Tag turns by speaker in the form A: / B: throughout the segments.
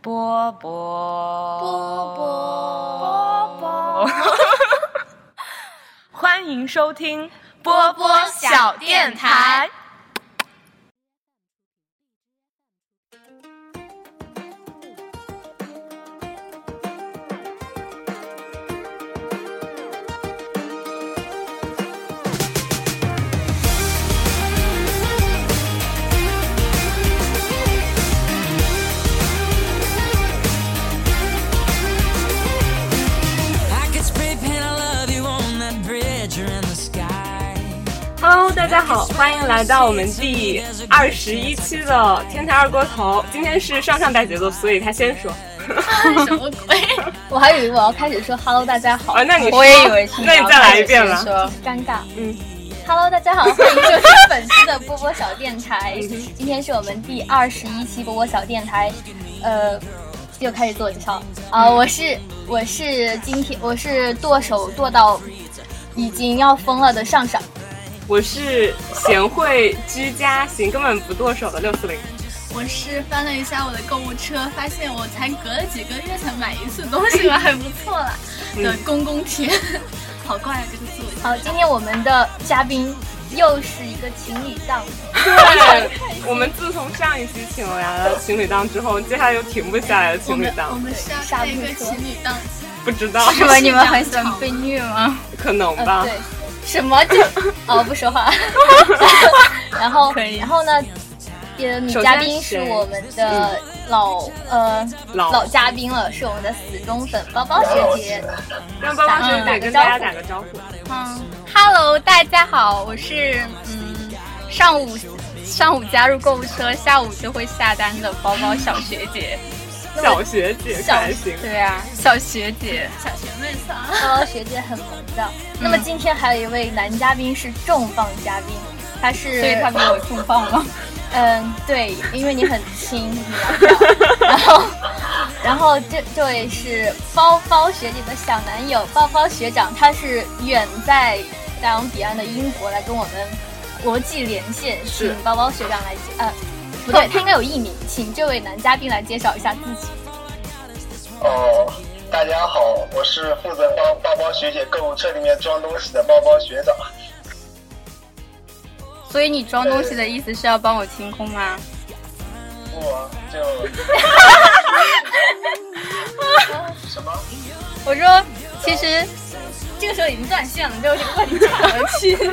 A: 波波
B: 波
A: 波
B: 波
A: 波，欢迎收听
B: 波波小电台。
C: I could spray paint I love you on that bridge or in the sky.
D: Hello，大家好，欢迎来到我们第二十一期的《天才二锅头》。今天是上上带节奏，所以他先说。
B: 什么鬼？
E: 我还以为我要开始说 “hello，大家好
D: 啊，那你说
A: 我也以为是，
D: 那你再来一遍吧
E: 了，说尴尬。
D: 嗯
E: ，hello，大家好，欢迎收听本期的波波小电台。
D: 嗯
E: 今天是我们第二十一期波波小电台，呃，又开始自我介绍了啊、
D: 嗯
E: 我是我是今天我是剁手剁到已经要疯了的上上，
D: 我是贤惠居家型根本不剁手的六四零。
B: 我是翻了一下我的购物车，发现我才隔了几个月才买一次东 西了，还不错啦。
D: 嗯
B: 的公公贴， 好怪啊，这个字我
E: 好，今天我们的嘉宾又是一个情侣档，
D: 对， 我们自从上一期请来了情侣档之后，接下来又停不下来的
B: 我
D: 情侣
B: 们我
D: 档，
B: 们是要开一个情侣档，
D: 不知道
B: 是吧你们很喜欢被
E: 虐吗？
D: 可能
E: 呃
D: 吧
E: 对。，什么这？哦，不说话。然后，然后呢？呃，女
D: 首
E: 嘉
D: 先
E: 宾是
D: 谁
E: 我们的老呃
D: 老
E: 老嘉宾了，是我们的死忠粉包包学姐。
D: 让包包学姐跟大家嗯打个招呼。
B: 嗯，
F: Hello，大家好，我是嗯上午上午加入购物车，下午就会下单的包包小学姐。
D: 小学姐
E: 小
D: 开心，
F: 对啊，小学姐，
B: 小学妹桑，
E: 包包学姐很萌的。那么今天还有一位男嘉宾是重磅嘉宾，他是
F: 所以她比我重磅吗？
E: 嗯，对，因为你很轻，你知道吗然后，然后这这位是包包学姐的小男友，包包学长，他是远在大洋彼岸的英国来跟我们国际连线，请
D: 是
E: 包包学长来介，
F: 哦
E: 呃，不对，他应该有艺名，请这位男嘉宾来介绍一下自己。
G: 哦，大家好，我是负责帮包包学姐购物车里面装东西的包包学长。
F: 所以你装东西的意思是要帮我清空吗？
G: 不啊，就 什么？
F: 我说，其实
E: 这个时候已经断线了，没有这个问 题岔回去。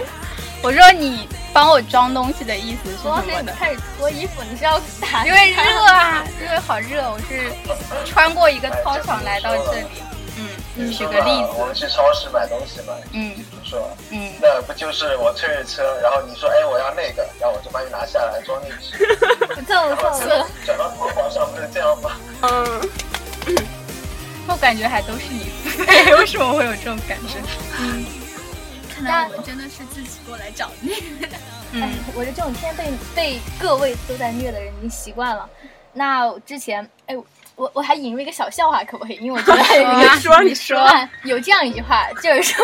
F: 我说你帮我装东西的意思是什
E: 包包学
F: 么
E: 长
F: 的？
E: 开始脱衣服，你是要打
F: 因为热啊，因为好热，我是穿过一个操场来到这里。嗯，举
G: 说
F: 个例
G: 哎嘛我
F: 子，
G: 们去超市买东西嘛，
F: 嗯
G: 你说
F: 嗯，
G: 那不就是我推着车，然后你说哎我要那个，然后我就把你拿下来装进去，
E: 揍
G: 然后
E: 揍
G: 转到淘宝上不是这样吗？
D: 嗯，
F: 我感觉还都是 你，哎为什么会有这种感觉？
B: 看来我们真的是自己过来找你。
D: 嗯
E: 哎，我觉得这种天被被各位都在虐的人已经习惯了。那之前，哎，我我还引入一个小笑话，可不可以？因为我觉得
D: 你 说你说，
E: 有这样一句话，就是说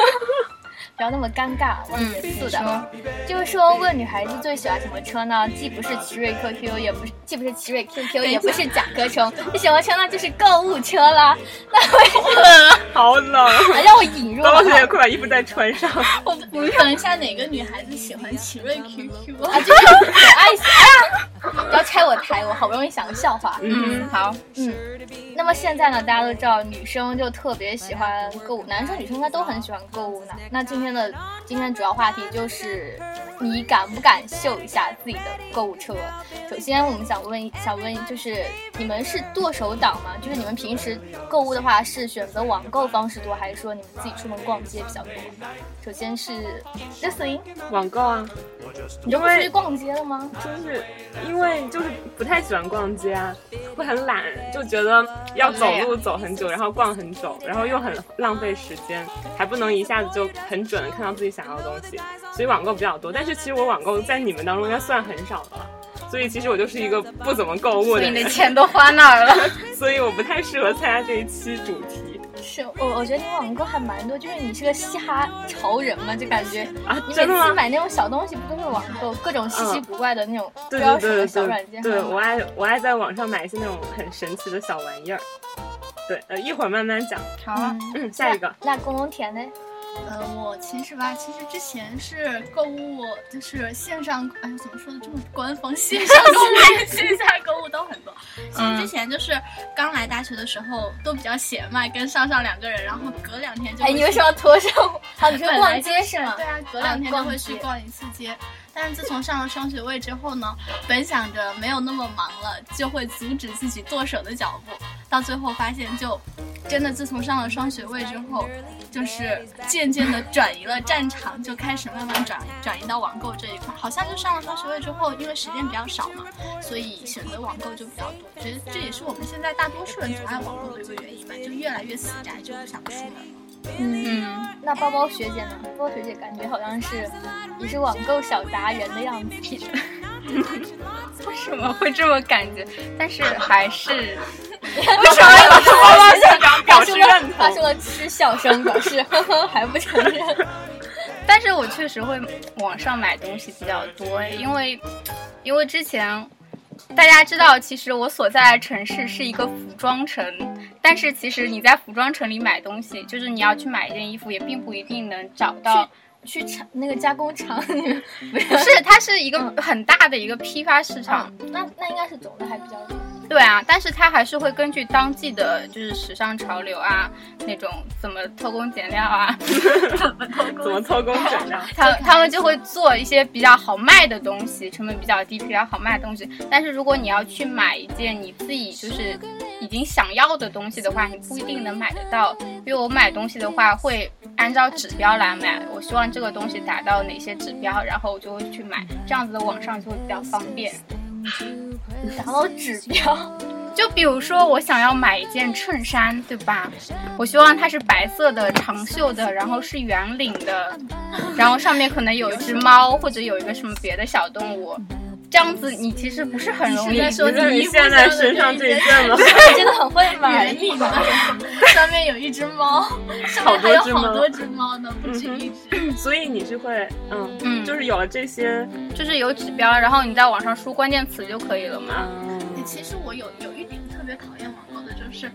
E: 不要那么尴尬，忘
D: 嗯
E: 记严肃的。就是说，问女孩子最喜欢什么车呢？既不是奇瑞 QQ，也不是既不是奇瑞 QQ，也不是甲壳虫，是什么车呢？就是购物车啦。那为什
D: 好冷。
E: 么让我引入
D: 包
E: 好
D: 包
E: 不
D: 学
E: 好
D: 姐快把衣服再穿上。
B: 我我想一下，哪个女孩子喜欢奇瑞 QQ？
E: 啊，就是可爱死了！不要拆我台，我好不容易想个笑话。
F: 嗯，好，
E: 那么现在呢，大家都知道女生就特别喜欢购物，男生女生应该都很喜欢购物呢。那今天的今天主要话题就是，你敢不敢秀一下自己的购物车？首先，我们想问想问，就是你们是剁手党吗？就是你们平时购物的话，是选择网购方式多，还是说你们自己出门逛街比较多？首先是热死林，
D: 网购啊，
E: 你就不出去逛街了吗？
D: 就是因为就是不太喜欢逛街啊，会很懒，就觉得要走路走很久，然后逛很久，然后又很浪费时间，还不能一下子就很准的看到自己想要的东西，所以网购比较多。但是其实我网购在你们当中应该算很少的了。所以其实我就是一个不怎么购物
F: 所
D: 的
F: 以你
D: 人
F: 的，钱都花哪儿了？
D: 所以我不太适合参加这一期主题。
E: 是哦我我觉得你网购还蛮多，就是你是个嘻哈潮人嘛，就感觉
D: 啊
E: 你每
D: 真的吗
E: 次买那种小东西不都是网购，各种稀奇
D: 嗯
E: 古怪的那种不
D: 对
E: 知道
D: 对
E: 什么小
D: 对对
E: 软件
D: 对，
E: 还
D: 对
E: 有
D: 我爱我爱在网上买一些那种很神奇的小玩意儿。对，呃，一会儿慢慢讲。
A: 好啊，
D: 嗯，下一个，
E: 那那公公甜呢？
B: 呃，我其实吧，其实之前是购物，就是线上，哎，怎么说的这么官方？线上购物、线下购物都很多。其
F: 嗯
B: 实之前就是刚来大学的时候，都比较闲嘛，跟上上两个人，然后隔两天就
E: 哎，
B: 会
E: 你
B: 去
E: 为什么要拖上我？啊，你说
B: 本来
E: 逛
B: 就
E: 街是吗？
B: 对啊，隔
E: 啊
B: 两天就
E: 逛
B: 会去
E: 街
B: 逛一次街。但是自从上了双学位之后呢，本想着没有那么忙了，就会阻止自己剁手的脚步。到最后发现就，真的自从上了双学位之后，就是渐渐的转移了战场，就开始慢慢转转移到网购这一块。好像就上了双学位之后，因为时间比较少嘛，所以选择网购就比较多。觉得这也是我们现在大多数人阻碍网购的一个原因吧，就越来越死宅，就不想出门。
E: 嗯，那包包学姐呢？包包学姐感觉好像是也是网购小达人的样子。
F: 为什么会这么感觉？但是还 是
E: 为什么要
D: 包包校长表示认同
E: 发出了嗤笑声，表示呵呵 还不承认。
F: 但是我确实会网上买东西比较多，因为因为之前大家知道，其实我所在的城市是一个服装城，但是其实你在服装城里买东西，就是你要去买一件衣服，也并不一定能找到。
E: 去厂那个加工厂里面，不
F: 不
E: 是
F: 是，它是一个很大的一个批发市场，
E: 那那应该是走的还比较远。
F: 对啊，但是它还是会根据当季的，就是时尚潮流啊，那种怎么偷工减料啊，
D: 怎 么偷工减料？
F: 他他们就会做一些比较好卖的东西，成本比较低、比较好卖的东西。但是如果你要去买一件你自己就是已经想要的东西的话，你不一定能买得到。因为我买东西的话，会按照指标来买，我希望这个东西达到哪些指标，然后我就会去买。这样子的网上就会比较方便。
E: 达到指标，
F: 就比如说，我想要买一件衬衫，对吧？我希望它是白色的、长袖的，然后是圆领的，然后上面可能有一只猫或者有一个什么别的小动物。这样子你其实不是很容易
B: 你是在说
D: 就是你现在身上这一件吗？
E: 你真的很会买
B: 园。艺呢，啊 上面有一只猫，上
D: 好
B: 面还有
D: 多只
B: 好
D: 猫嗯
B: 多只猫呢，不止一只。
D: 所以你是会，嗯，
F: 嗯
D: 就是有了这些，
F: 就是有指标，然后你在网上输关键词就可以了嘛。
D: 嗯，
B: 其实我有有一点特别讨厌网购的就是，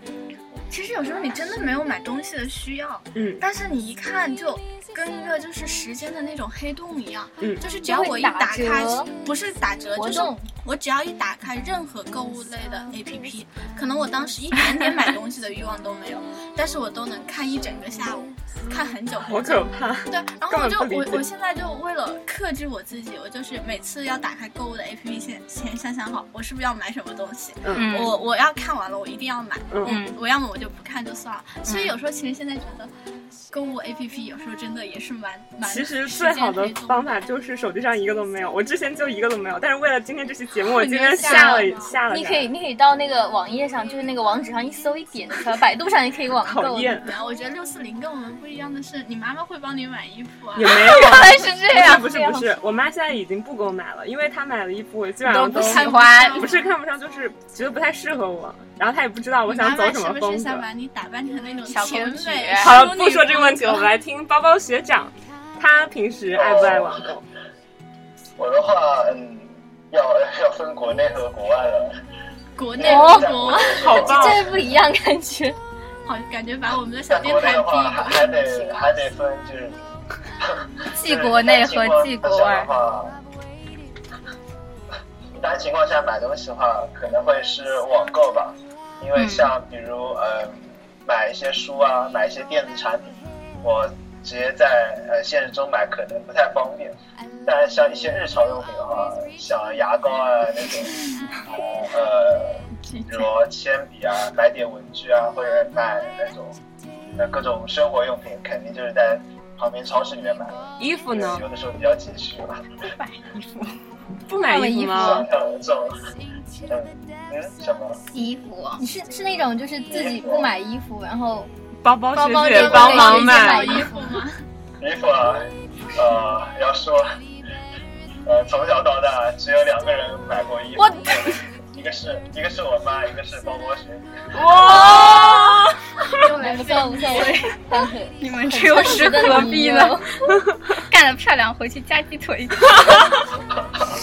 B: 其实有时候你真的没有买东西的需要，
D: 嗯
B: 但是你一看就跟一个就是时间的那种黑洞一样，
D: 嗯
B: 就是只要我一
E: 就会打
B: 打开
E: 折，
B: 不是打折，
E: 活
B: 就是
E: 动
B: 我只要一打开任何购物类的 APP，可能我当时一点点买东西的欲望都没有，但是我都能看一整个下午，看很久
D: 好
B: 很久
D: 可。怕。
B: 对，然
D: 根
B: 后我
D: 本
B: 就
D: 不理
B: 我
D: 解
B: 我现在就为了克制我自己，我就是每次要打开购物的 APP 先先想想好，我是不是要买什么东西，
F: 嗯，
B: 我我要看完了，我一定要买，
D: 嗯，
F: 嗯
B: 我要么我就不看就算了。所以有时候其实现在觉得。购物 A P P 有时候真的也是蛮蛮，
D: 其实最好的方法就是手机上一个都没有。我之前就一个都没有，但是为了今天这期节目，
E: 哦
D: 我今天下了
B: 你
D: 下了。
E: 你可以，你可以到那个网页上，就是那个网址上一搜一点就出来，百度上也可以网
D: 讨
E: 购。
D: 厌，
B: 没有，我觉得六四零跟我们不一样的是，你妈妈会帮你买衣服啊
D: 也，没有。
E: 原来是 这样，
D: 不是不是不是，我妈现在已经不给我买了，因为她买的衣服我基本
F: 都
D: 上
F: 不
D: 都
F: 喜欢。
D: 不是看不上，就是觉得不太适合我。然后她也不知道我
B: 你妈
D: 想走
B: 妈
D: 什么
B: 是不是
D: 风格
B: 想。把你打扮成那种
F: 小
B: 甜
F: 公举
B: 美？
D: 好了，
B: 淑
D: 不
B: 女
D: 说这个问题了，我
B: 风格
D: 们来听包包学长，他平时爱不爱网购？
G: 我的话，嗯，要要分国内和国外了。
B: 国内和
E: 哦
B: 国外，
D: 好棒！
E: 这不一样感觉。
B: 好哦感觉把我们的小
G: 在
B: 电
G: 国内
B: 台逼
G: 的话，
B: 的
G: 还还得还得分就是
F: 既国内和既国外。
G: 一般情况下买东西的话，可能会是网购吧，因为像比如呃买一些书啊，买一些电子产品，我直接在呃现实中买可能不太方便。但是像一些日常用品的话，像牙膏啊那种，呃呃，比如铅笔啊，买点文具啊，或者买那种呃各种生活用品，肯定就是在旁边超市里面买。
D: 衣服呢？
G: 有的时候比较拮据吧，
D: 不买衣服吗？
G: 像这种，嗯嗯什么？
F: 衣服，
E: 你是是那种就是自己不买衣服，然后
D: 包包
E: 包包
D: 学姐
E: 就
D: 帮
E: 可
D: 忙
E: 以
D: 买
E: 自己买
B: 衣服吗？
G: 衣服啊，呃，要说，呃，从小到大只有两个人买过衣服，一个是一个是我妈，一个是包包学姐。
D: 哇！
E: 还不错，算无所谓，但是
F: 你们这又是何必呢？ 干得漂亮，回去加鸡腿。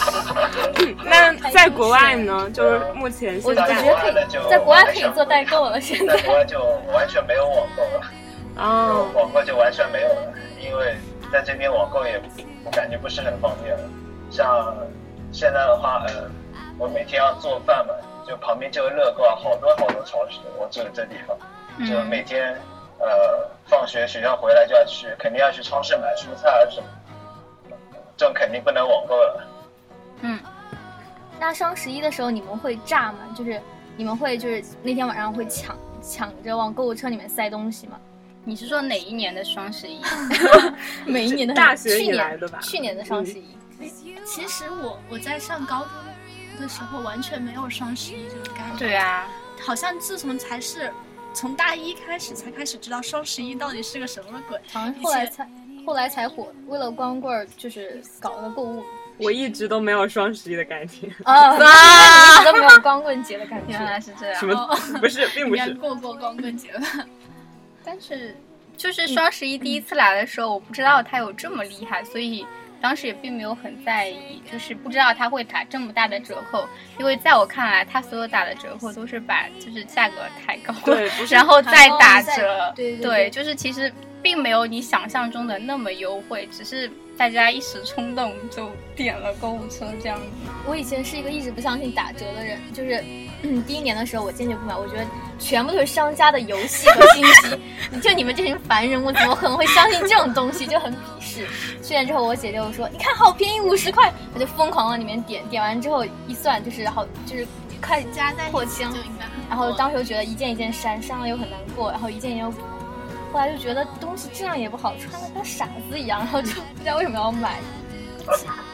D: 那在国外呢？就是目前
E: 我就
D: 现
G: 在
E: 觉
D: 在
E: 得可以，在国外可以做代购了。现
G: 在国
E: 在
G: 外就完全没有网购了，
D: 哦，
G: 网购就完全没有了，因为在这边网购也我感觉不是很方便了。像现在的话，呃，我每天要做饭嘛，就旁边就有乐购啊，好多好多超市，我住的这地方。就每天呃放学学校回来就要去，肯定要去超市买蔬菜啊什么，这种肯定不能网购了。
E: 那双十一的时候你们会炸吗？就是你们会就是那天晚上会抢抢着往购物车里面塞东西吗？
F: 你是说哪一年的双十 一？
E: 每一年的
D: 大学
E: 去
D: 以
E: 年
D: 来的吧嗯
E: 去年的双十一。
B: 其实我我在上高中的时候完全没有双十一这个概念，
F: 对啊，
B: 好像自从才是从大一开始才开始知道双十一到底是个什么鬼。
E: 好像后来才后来才火，为了光棍儿就是搞了购物
D: 我一直都没有双十一的概念，
E: 啊，一 直都没有光棍节的感
F: 原
E: 觉。
F: 来是这样
D: 什。么不是，并
B: 应
D: 不
B: 该
D: 是。
B: 哦过过光棍节吧？
F: 但是就是双十一第一次来的时候，我不知道它有这么厉害，所以当时也并没有很在意，就是不知道它会打这么大的折扣。因为在我看来，它所有打的折扣都是把就是价格抬高了
D: 对，不，是
F: 然后再
E: 抬高
F: 打
E: 再
F: 折。
E: 对对对
F: 就是其实并没有你想象中的那么优惠，只是大家一时冲动就点了购物车这样子。
E: 我以前是一个一直不相信打折的人，就是、嗯、第一年的时候我坚决不买，我觉得全部都是商家的游戏和信息。你就你们这群凡人，我怎么可能会相信这种东西？就很鄙视。去年之后，我姐就说：“你看好便宜，五十块。”我就疯狂往里面点，点完之后一算就是好，就是快
B: 加在一
E: 破
B: 起
E: 千
B: 就。应该很多。
E: 然后当时就觉得一件一件删，删了又很难过，然后一件一件又补。后来就觉得东西这样也不好，穿的跟傻子一样，然后就不知道为什么要买。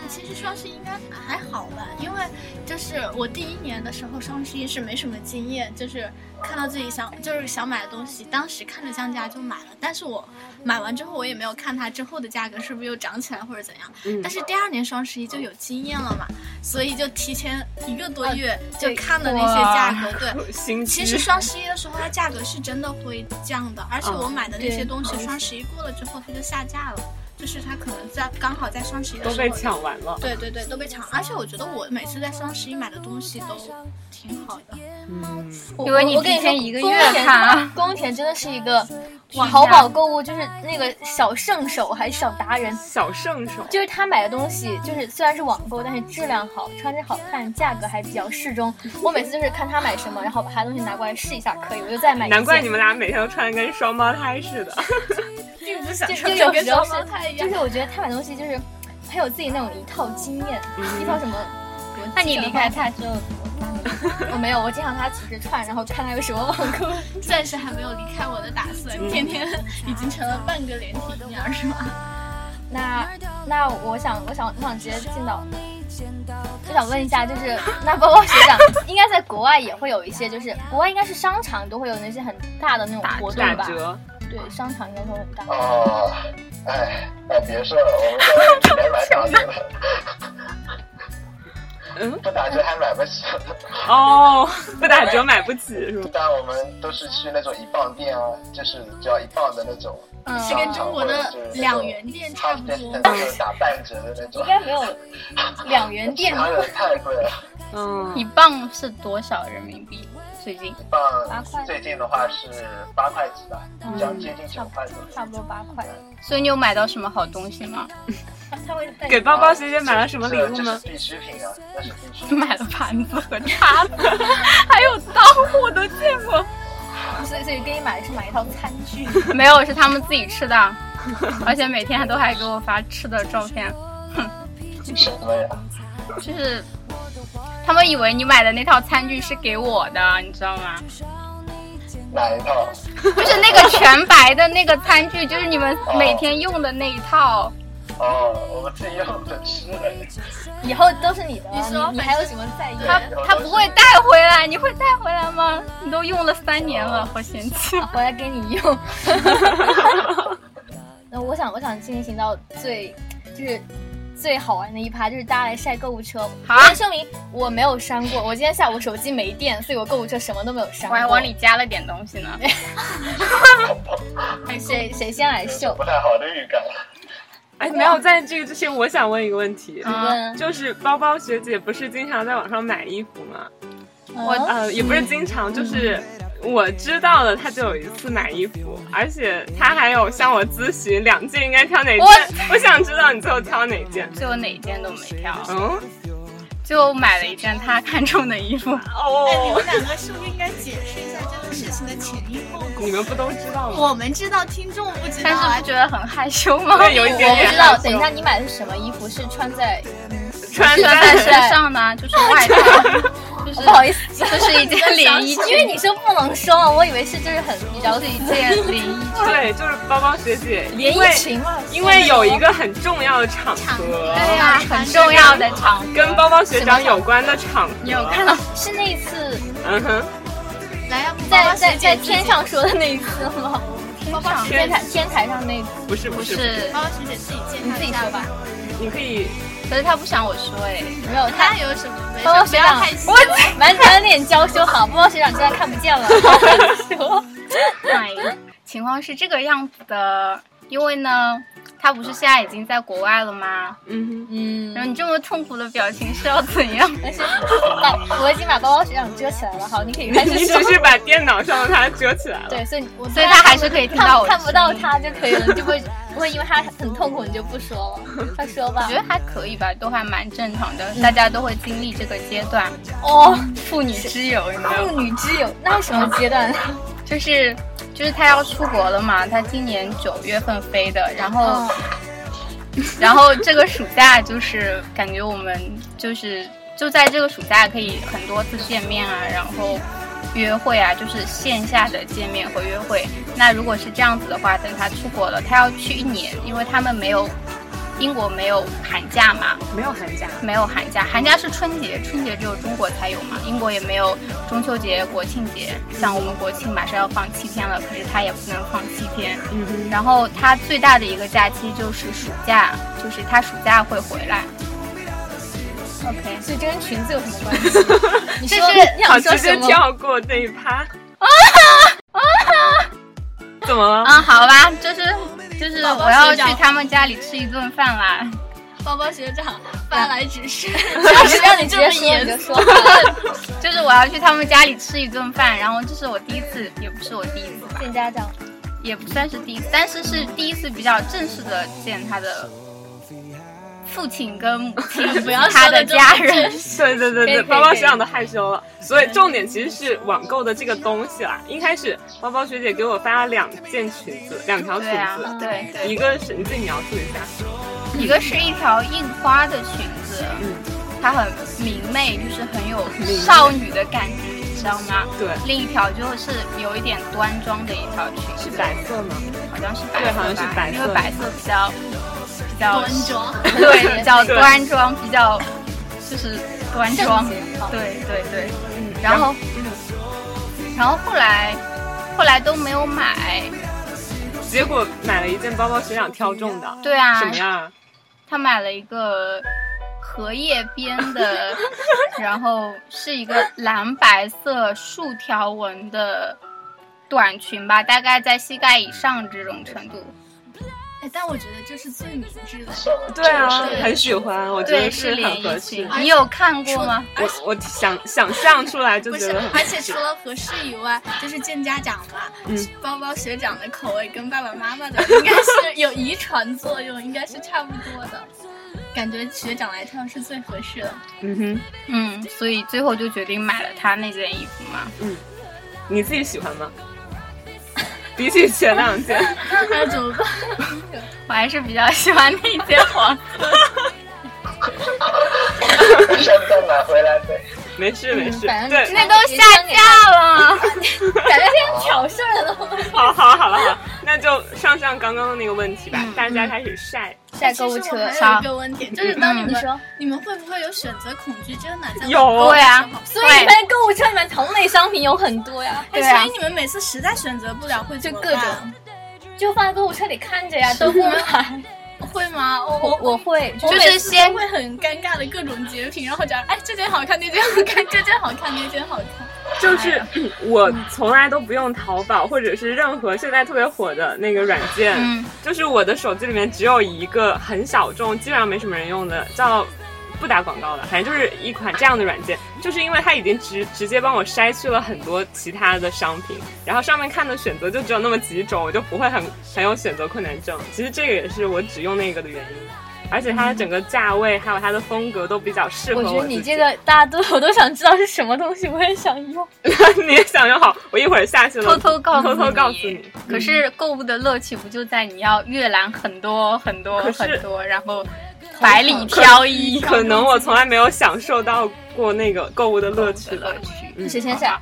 B: 其实双十一应该还好吧，因为就是我第一年的时候，双十一是没什么经验，就是看到自己想就是想买的东西，当时看着降价就买了，但是我买完之后我也没有看它之后的价格是不是又涨起来或者怎样，
D: 嗯
B: 但是第二年双十一就有经验了嘛，所以就提前一个多月就
E: 对
B: 看了那些价格，对，
D: 心机
B: 嗯其
E: 嗯
B: 实双十一的时候，它价格是真的会降的，而且我买的那些东西，
E: 哦对
B: 双十一过了之后它就下架了，就是它可能在刚好在双十一的
D: 都
B: 时候
D: 被抢完了。
B: 对对对，都被抢。而且我觉得我每次在双十一买的东西都挺好的，
D: 嗯，
E: 我
F: 因为你
E: 我跟
F: 提
E: 你说，
F: 前一个
E: 宫
F: 月
E: 田
F: 看啊
E: 宫田真的是一 个
F: 哇
E: 淘宝购物就是那个小圣手还是小达人，
D: 小圣手，
E: 就是他买的东西就是虽然是网购，但是质量好，穿着好看，价格还比较适中。我每次就是看他买什么，然后把他东西拿过来试一下，可以我就再买一件。
D: 难怪你们俩每天都穿得跟双胞胎似的。
B: 并不想
E: 就
B: 说
E: 就有
B: 跟
E: 时候
B: 双胞胎一
E: 就
B: 样。
E: 是我觉得他买东西就是很有自己那种一套经验，
F: 嗯
E: 一套什么。比如
F: 那你离开
E: 他之后怎么
F: 嗯
E: 办呢？哦我没有，我经常跟他骑着串，然后看他有什么网购。
B: 暂时还没有离开我的打算，
E: 嗯
B: 天天已经成了半个连体婴儿是吗？
E: 那那我想，我想，我想直接进到，就想问一下，就是那包包学长，应该在国外也会有一些，就是国外应该是商场都会有那些很大的那种活
D: 打
E: 动吧？
D: 折，
E: 对，商场应该会很大。
G: 哦，哎，哎，别说了，我们这边买打折 了，
D: 嗯，
G: 不打折还买不起。
D: 哦，不打折买不起是吗？
G: 但我们都是去那种一磅店啊，就是只要一磅的那种，
D: 哦
E: 嗯，
B: 是跟中国的两元店差不多
G: 那种打半折的那种
E: 应。该没有两元
G: 其
E: 店
G: 他的太贵了，
F: 一
D: 嗯，
F: 磅是多少人民币？最近
G: 一磅最近的话是八块几吧，
B: 嗯
G: 将接近九块左右。
E: 差不多八块，
F: 所以你有买到什么好东西吗？
E: 他会带
D: 给包包学姐买了什么礼物
G: 这
D: 吗
G: 是？必需品啊，那是必需品。
F: 买了盘子和叉子，还有刀，我都见过。
E: 所以所以给你买的是买一套餐 具。
F: 没有，是他们自己吃的，而且每天都还给我发吃的照片，
G: 什么呀？
F: 就是他们以为你买的那套餐具是给我的，你知道吗？
G: 哪一套？
F: 就是那个全白的那个餐具，就是你们每天用的那一套。
G: 哦，我们自己用的吃的。
E: 以后都是你的了，
B: 你说
E: 你还有什么在意？
F: 他他不会带回来，你会带回来吗？你都用了三年了，好嫌弃。
E: 回来给你用。那我想，我想进行到最，就是最好玩的一趴，就是大家来晒购物车。
F: 好
E: 先声明我没有删过，我今天下午手机没电，所以我购物车什么都没有删
F: 我
E: 过。
F: 还往里加了点东西呢。
E: 谁谁先来
G: 有种
E: 秀？
G: 不太好的预感。
D: 哎，没有，在这个之前，我想问一个问题，
E: 问
D: 就是包包学姐不是经常在网上买衣服吗？
E: 我
F: 啊
D: 呃，也不是经常，就是我知道了，她就有一次买衣服，而且她还有向我咨询两件应该挑哪件。我想知道你最后挑哪件。
F: 最后哪一件都没挑，
D: 嗯，
F: 就买了一件他看中的衣服。
B: 哎，你
D: 哦
B: 们，两个是不是应该解释一下这个事情的前因后果？
D: 你们不都知道吗？
B: 我们知道，听众不知道
F: 但是
B: 啊
F: 不。觉得很害羞吗？
D: 对有一点
E: 我不知道，等一下
F: 穿
E: 你买的是什么衣服？是穿 在……
D: 穿
F: 在
D: 在
F: 身上呢，就是外套，就是
E: 不好 意思，
F: 这是一件连衣裙，
E: 因为你说不能说，我以为是就是很比较
F: 这是一件连衣裙。
D: 对，就是包包学姐，
E: 连
D: 因为
E: 衣裙嘛。
D: 因为有一个很重要的场合，
F: 对呀、很重要的场合。
D: 跟包包学长有关的场合，
F: 你有看到？
E: 是那一次
D: 嗯哼，
B: 来，要不
E: 在
B: 包包
E: 在
B: 学姐
E: 在
B: 自己
E: 天，上说的那一次吗？
F: 包包
E: 天台天台上那一次，
D: 不是不
F: 不
D: 是，
F: 是，
B: 包包学姐自己介
E: 你
B: 绍
E: 自
B: 一
E: 己
B: 下
E: 说吧。。
D: 你可以
F: 可是他不想我说哎、
E: 没有他
B: 他有什么？没
E: 包包
B: 事，
E: 学
B: 不要
E: 长
B: 害，羞
E: 我。满脸脸娇羞，好，包包学长现在看不 见了。
F: 哎，情况是这个样子的，因为呢，他不是现在已经在国外了吗？
D: 嗯哼。
F: 然后你这么痛苦的表情是要怎样？
E: 但是把我已经把包包学长遮起来了，好，你可以开
D: 你
E: 始
D: 只
E: 说。
D: 是把电脑上的它遮起来了。
E: 对，所以你
F: 所以他还是可以听到我
E: 看不到
F: 声音
E: 他就可以了，你就不会不会因为他很痛苦你就不说 了，快说吧
F: 我觉。得还可以吧，都还蛮正常的，大家都会经历这个阶段，
E: 哦，
F: 妇女之友，你知道
E: 妇
F: 吗？
E: 女之友，那是什么阶段？
F: 就是就是他要出国了嘛，他今年九月份飞的，然后、
E: 哦，
F: 然后这个暑假就是感觉我们就是就在这个暑假可以很多次见面啊，然后约会啊，就是线下的见面和约会。那如果是这样子的话，等他出国了，他要去一年，因为他们没有英国没有寒假嘛，
D: 没有寒假。
F: 没有寒假，寒假是春节，春节只有中国才有嘛，英国也没有中秋节、国庆节，像我们国庆马上要放七天了，可是他也不能放七天。
D: 嗯哼，
F: 然后他最大的一个假期就是暑假，就是他暑假会回来。OK，
E: 所以这跟裙子有什么关 系？你说
F: 这是
E: 你
D: 好，
E: 想说
D: 直
E: 什
D: 接
E: 么？
D: 跳过那一趴。啊啊！怎么了？
F: 嗯，好吧，就是就是
B: 宝宝
F: 我要
B: 睡
F: 去
B: 着
F: 他们家里吃一顿饭啦。
B: 包包学长发来指示，
E: 要是让你直接说你就说吧。
F: 就是我要去他们家里吃一顿饭，然后这是我第一次，也不是我第一次吧，
E: 见家长，
F: 也不算是第一次，但是是第一次比较正式的见他的父亲跟母 亲，
B: 不要
F: 哎他
B: 说得
F: 的
B: 这么
F: 家人。
D: 对
E: 可
D: 对对
E: 以可
D: 对，
E: 以
D: 包包学长都害羞了。所以重点其实是网购的这个东西啦。一开始包包学姐给我发了两件裙子，两条裙
F: 对啊
D: 子，，
F: 对对。
D: 一个是你自己描述一下。
F: 一个是一条印花的裙子，
D: 嗯
F: 它很明媚，就是很有少女的感觉，你知道吗？
D: 对，
F: 另一条就是有一点端庄的一条裙子，
D: 是白色吗？
F: 好像是白色吧，
D: 对好像是白色
F: 因为白色比较比较
B: 端庄。
F: 对，比较
D: 对
F: 端庄，比较就是端庄
E: 正经，好
F: 对对对，然后然后后来后来都没有买，
D: 结果买了一件包包学长挑中的，
F: 对啊，
D: 什么样啊？
F: 他买了一个荷叶边的， 然后是一个蓝白色竖条纹的短裙吧，大概在膝盖以上这种程度。
B: 哎，但我觉得这是最明智的。
G: 算了，
D: 对啊
G: 这个，是
D: 很喜欢，嗯我觉
F: 对，
D: 得
F: 是连
D: 很合
F: 衣
D: 适哎
F: 裙。，你有看过吗？
D: 我我想想象出来就
B: 不
D: 觉
B: 是
D: 得很，
B: 而且除了合适以外，就是见家长嘛。
D: 嗯
B: 包包学长的口味跟爸爸妈妈的应该是有遗传作用，应该是差不多的。感觉学长来跳是最合适的。
D: 嗯哼。
F: 嗯，所以最后就决定买了他那件衣服嘛。
D: 你自己喜欢吗？ 比起前两件，
B: 那怎么办？
F: 我还是比较喜欢那件黄。
G: 下次再买回来呗。
D: 没事没事，
E: 嗯反正
D: 对，
F: 那都下架了，
E: 感觉像挑事儿了。
D: 好好好了好了，那就上上刚刚的那个问题吧，
F: 嗯
D: 大家开始晒，
E: 晒购物
B: 哎其实我
E: 车，嗯
B: 还有一个问题，就是当你
E: 你
B: 们、
E: 说，
B: 你们会不会有选择恐惧症呢？在
D: 有
B: 网购的
F: 对啊
B: 时候
E: 所以你们购物车里面同类商品有很多呀，
B: 哎
F: 对啊
B: 所以你们每次实在选择不了，会怎么
E: 就各
B: 办
E: 种就放在购物车里看着呀，都不买。
B: 会吗？
E: 我
B: 我
E: 我会就
B: 我
E: 是
F: 就
B: 每
F: 是
B: 次
F: 先
B: 都会很尴尬的各种截屏，然后讲哎这件好看，那件好看，这件好看，那件好看。
E: 哎
D: 就是 我从来都不用淘宝或者是任何现在特别火的那个软件，
F: 嗯
D: 就是我的手机里面只有一个很小众，基本上没什么人用的，叫不打广告了，反正就是一款这样的软件，就是因为它已经直直接帮我筛去了很多其他的商品，然后上面看的选择就只有那么几种，我就不会很很有选择困难症。其实这个也是我只用那个的原因。而且它的整个价位还有它的风格都比较适
E: 嗯
D: 合
E: 我
D: 我
E: 觉得你
D: 自己
E: 这个大家都我都想知道是什么东西，我也想用。
D: 你也想用好，我一会儿下去了，
F: 偷偷告诉
D: 偷偷告诉
F: 你
D: 你。
F: 可是购物的乐趣不就在你要阅览很多很多
D: 可是
F: 很多，然后百里挑一
D: 可能我从来没有享受到过那个购物的乐趣吧
F: 乐。趣。
D: 嗯
E: 谁先晒？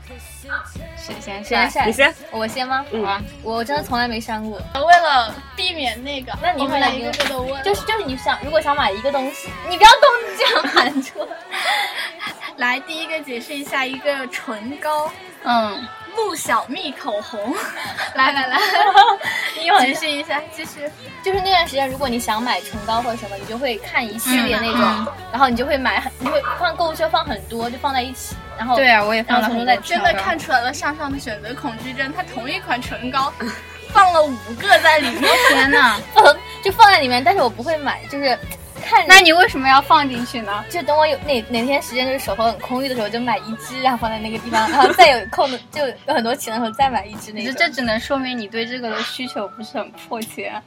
F: 谁
E: 谁
F: 先
E: 先
F: 晒？
E: 晒？
D: 你先，
E: 我先吗？
D: 嗯
F: 好啊，
E: 我真的从来没删过。
B: 为了避免那个，
E: 那你
B: 我们来
E: 会
B: 一个个的问，
E: 就是就是你想，如果想买一个东西，你不要动这样喊出来。
B: 来第一个解释一下一个唇膏，
F: 嗯，
B: 陆小蜜口红， 来来 来，
E: 你往
B: 解释一下，继续。
E: 就是那段时间，如果你想买唇膏或者什么，你就会看一系列那种，
F: 嗯
E: 然后你就会买很，你会放购物车放很多，就放在一起，然后
F: 对啊，我也放了
E: 然后从
F: 很多
E: 来
B: 真的看出来了上上的选择恐惧症，他同一款唇膏放了五个在里 面。
F: 天呐，
E: 放就放在里面，但是我不会买，就是看着
F: 那你为什么要放进去呢？
E: 就等我有哪哪天时间就是手头很空余的时候，就买一支，然后放在那个地方， 然后再有空的就有很多钱的时候再买一支那
F: 可是
E: 种。
F: 这只能说明你对这个的需求不是很迫切啊。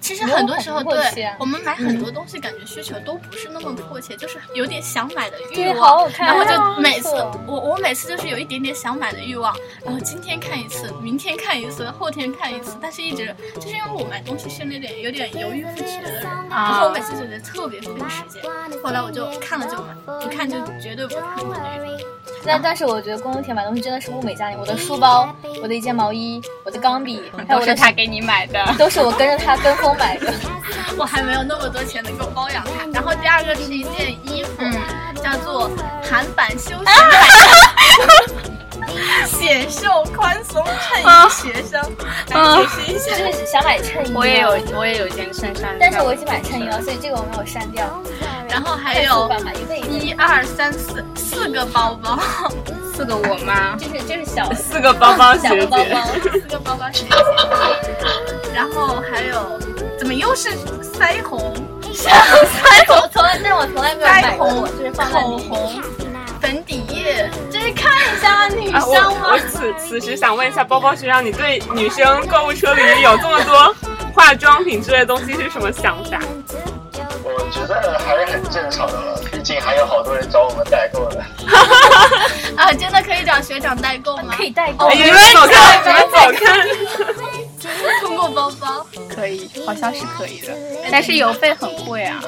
B: 其实很多嗯时候，
E: 没有很迫切
B: 对我们买很多东西，感觉需求都不是那么迫切，就是有点想买的欲
E: 对，好
B: 望。
E: 好看
B: 然
E: 啊，
B: 后就每次
E: 没错
B: 我我每次就是有一点点想买的欲望，然后今天看一次，明天看一次，后天看一次，但是一直就是因为我买东西是那点有点犹豫不决的人，然后我每次就觉得特别费时间，后来我就看了就买，不看就绝对不看的那种。
E: 但但是我觉得宫田买东西真的是物美价廉。我的书包、我的一件毛衣、我的钢笔，还有
F: 嗯都
E: 我
F: 是
E: 的
F: 他给你买的。
E: 都是我跟着他跟风买的。
B: 我还没有那么多钱能够包养它。然后第二个是一件衣服，叫做韩版休闲版，显瘦宽松衬衣学生。来解释一下
E: 真，的是想买衬衣，啊
F: 我也有，我也有一件衬衫，
E: 但是我已经买衬衣了，所以这个我没有删掉。
B: 然后还
E: 再
B: 有
E: 次吧，买一个一个，
B: 一二三四四个包包，
F: 四个我妈。
E: 就是就是小
D: 四个包包
E: 小
D: 学
E: 包
D: 姐，
E: 包，
B: 四个包包是一件。然后还有，怎么又是腮红？
E: 我从来，但是我从来没有买过，我就是放在
B: 口
E: 里。
B: 红、粉底液，就是看一下女
D: 啊，我
B: 生
D: 我
B: 吗？
D: 此此时想问一下包包学长，你对女生购物车里有这么多 化妆品之类的东西是什么想法？
G: 我觉得还是很正常的了，毕竟还有好多人找我们代购的。
B: 啊，真的可以找学长代购吗
E: 可？以代购
D: 哎，，你们走开，你们走开。
B: 通过包包。
F: 可以，好像是可以的，但是邮费很贵啊。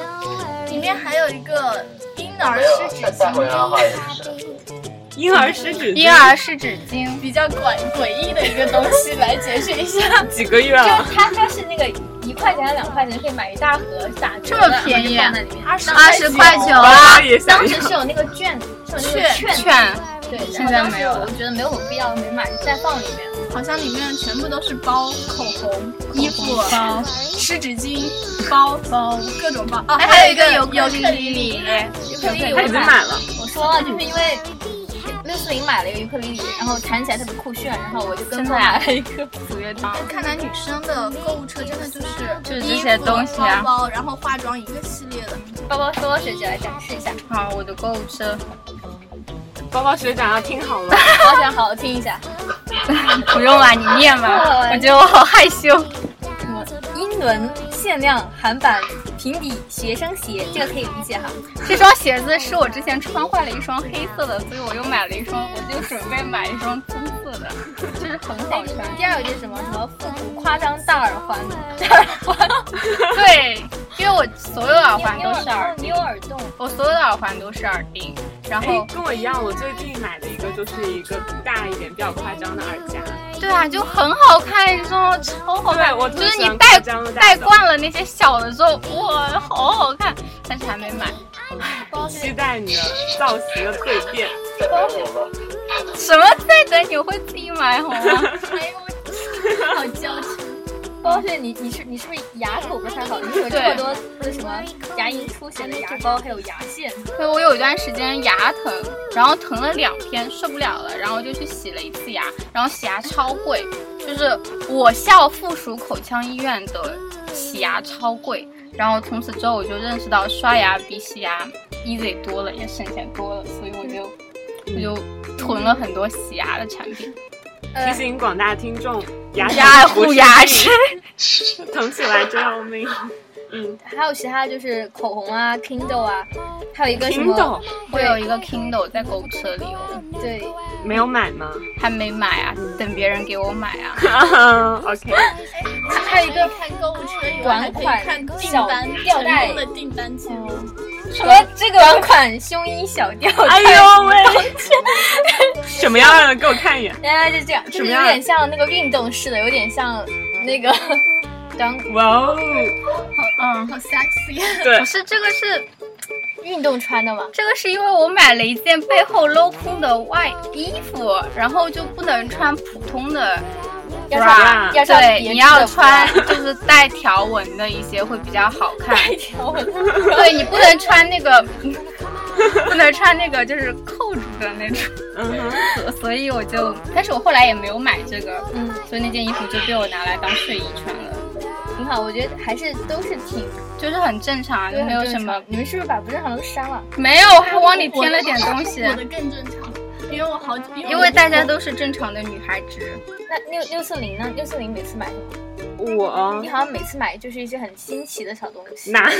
B: 里面还有一个婴儿
G: 没有
B: 湿，纸
G: 再带回来的话
B: 巾，
G: 也是。
D: 婴儿湿纸巾，
F: 婴儿湿纸巾，
B: 比较诡诡异的一个东西，来解释一下。
D: 几个月了？
E: 就是它它是那个一块钱还是两块钱可以买一大盒，打折
F: 这么便宜
E: 然后就放在里面。
B: 二十
F: 二十块九
D: 包
F: 啊
D: 包，也想
E: 当时是有那个券，是有那个券的，
F: 券
E: 对，
F: 现在没有
E: 然
F: 了
E: 后当时我觉得没有必要，没买，再放里面。
B: 好像里面全部都是包、口红、衣服、
F: 包，
B: 湿纸巾、包包各种包。哦，
F: 哎
B: 还
F: 还
B: 有
F: 有
B: 一
F: 一
B: 个
F: 个
B: 尤
F: 尤
B: 克
F: 克
B: 里
F: 里
B: 里
F: 里，
E: 尤克里里
D: 他已
E: 我
D: 经
E: 买，
D: 买了，
E: 我说了，就是因为六四零买了一个尤克里里，然后弹起来特别酷炫，然后我就跟
F: 真
E: 风
F: 的啊
E: 买了一个。
F: 五月档。
B: 看来女生的购物车真的就是
F: 就是这些东西啊
B: 衣服包包，然后化妆一个系列的。
E: 包包说学姐来展示一下，
F: 好，我的购物车，
D: 包包学长要听好了。
E: 我想好好听一下。
F: 不用啦，你念吧。我觉得我好害羞。
E: 什么英伦限量韩版平底学生鞋，这个可以理解哈。
F: 这双鞋子是我之前穿坏了一双黑色的，所以我又买了一双，我就准备买一双棕色的，就是很好穿。
D: 哎
E: 第二个就是什么什么复古夸张大耳环，
F: 对，因为我所有耳环
E: 你有
F: 都是耳，
E: 你有耳洞，
F: 我所有的耳环都是耳钉，然
D: 哎
F: 后，
D: 跟我一样，我最近买的一个就是一个大一点、比较夸张的耳夹。
F: 对啊，就很好看，这双超好看
D: 对，。我特
F: 就是
D: 喜
F: 你
D: 欢
F: 戴
D: 夸张的
F: 戴
D: 戴走
F: 惯了那些小的之后，哇，好好看，但是还没买。
D: 期待你的造型的蜕变。
G: 再带回来吧。
F: 什么再等你会自己买好吗？
B: 哎呦，好娇气。
E: 包是你你是你是不是牙口不太好？你有这么多那什么牙龈出血的牙膏，还有牙线。
F: 对，我有一段时间牙疼，然后疼了两天，受不了了，然后就去洗了一次牙，然后洗牙超贵，就是我校附属口腔医院的洗牙超贵，然后从此之后我就认识到刷牙比洗牙 easy 多了，也省钱多了，所以我就我就囤了很多洗牙的产品，
D: 提醒广大听众，牙疼
F: 爱
D: 不
F: 护
D: 是
F: 牙
D: 病
F: 齿，
D: 疼起来真要命。嗯
E: 还有其他就是口红啊、Kindle 啊，还有一个什么
D: ，Kindle
F: 我有一个 Kindle 在购物车里哦，
E: 对，
D: 没有买 吗
F: 还没买啊，等别人给我买啊。
D: ？OK，
E: 还有一个
B: 看购物车以外，
E: 短
B: 还可以
E: 款
B: 看订
E: 小
B: 单，
E: 吊带
B: 成功的订单记录。
F: 嗯
E: 什么这个短款胸衣小吊带，
D: 哎呦喂，什么样的？给我看一眼。
E: 哎，就这样，就是
D: 什么
E: 有
D: 样
E: 点像那个运动式的，有点像那个短
D: 哇哦，
F: 嗯，
B: 好 sexy，
D: 对
F: 不，是这个是
E: 啊运动穿的嘛。
F: 这个是因为我买了一件背后镂空的外衣服，然后就不能穿普通的
E: 要
D: Bra
E: 穿要穿
F: 对，
E: 别
F: 你
E: 致的
F: 要穿 就是带条纹的一些会比较好看。
E: 条纹，
F: 对你不能穿那个，不能穿那个就是扣住的那种，
D: 嗯哼，
F: 所所以我就，但是我后来也没有买这个，
E: 嗯，
F: 所以那件衣服就被我拿来当睡衣穿了，
E: 挺好，我觉得还是都是挺
F: 就是很正常啊，就
E: 对，
F: 没
E: 很
F: 有
E: 正
F: 什么
E: 常，你们是不是把不正常都删了？
F: 没有，还往里添了点东西哎
B: 我，的更正常，因为我好，
F: 因为大家都是正常的女孩子。
E: 那六六四零呢？六四零每次买什么？
D: 嗯我
E: 你好像每次买就是一些很新奇的小东西。
D: 哪里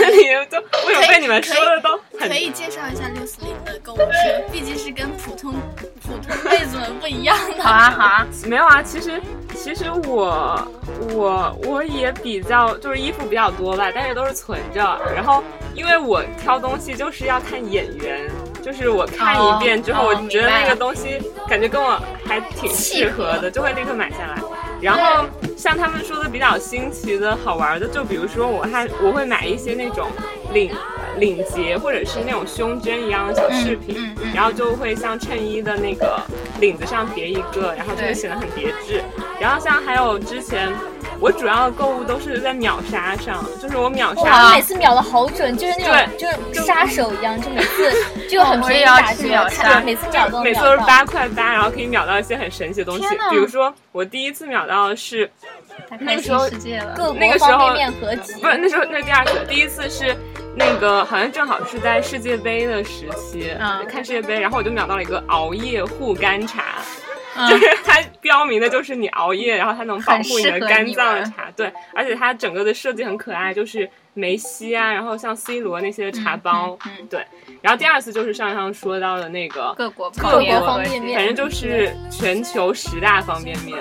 D: 就我有被你们说的都很
B: 可以介绍一下六四零的购物车，毕竟是跟普通普通妹子们不一样的。
F: 好啊，好啊，
D: 没有啊，其实其实我我我也比较就是衣服比较多吧，但是都是存着。然后因为我挑东西就是要看眼缘，就是我看一遍之后，
F: 哦哦
D: 我觉得
F: 明白
D: 那个东西感觉跟我还挺适合的，就会立刻买下来。然后像他们说的比较新奇的好玩的，就比如说我还我会买一些那种呃领领结或者是那种胸针一样的小饰品，
F: 嗯嗯嗯
D: 然后就会像衬衣的那个领子上别一个，然后就
F: 对
D: 会显得很别致。然后像还有之前我主要的购物都是在秒杀上，就是我秒
E: 哇，
D: 杀
E: 你每次秒的好准，就是那种就是杀手一样，就每 次就很便宜打
F: 我
E: 折
F: 也要去秒，杀
E: 看每次秒都能
D: 每次
E: 秒
D: 都是
E: 到。
D: 八块八，然后可以秒到一些很神奇的东西
F: 天，哪
D: 比如说我第一次秒到的是
F: 打
D: 那
F: 开
D: 个时
F: 新
D: 候
F: 世界了。
E: 各
D: 那
E: 国
D: 个时候
E: 方便面合集，
D: 不是那时候那是第二次，第一次是那个好像正好是在世界杯的时期，
F: 嗯
D: 看世界杯，然后我就秒到了一个熬夜护肝茶。
F: 嗯
D: 就是它标明的就是你熬夜，然后它能保护你的肝脏的
F: 很适
D: 茶，对，而且它整个的设计很可爱，就是梅西啊，然后像 C 罗那些茶包，
F: 嗯嗯嗯
D: 对。然后第二次就是上上说到的那个，
F: 各国
D: 各
F: 泡
D: 国
F: 面
D: 方
F: 和
E: 便面
D: 反正就是全球十大方便面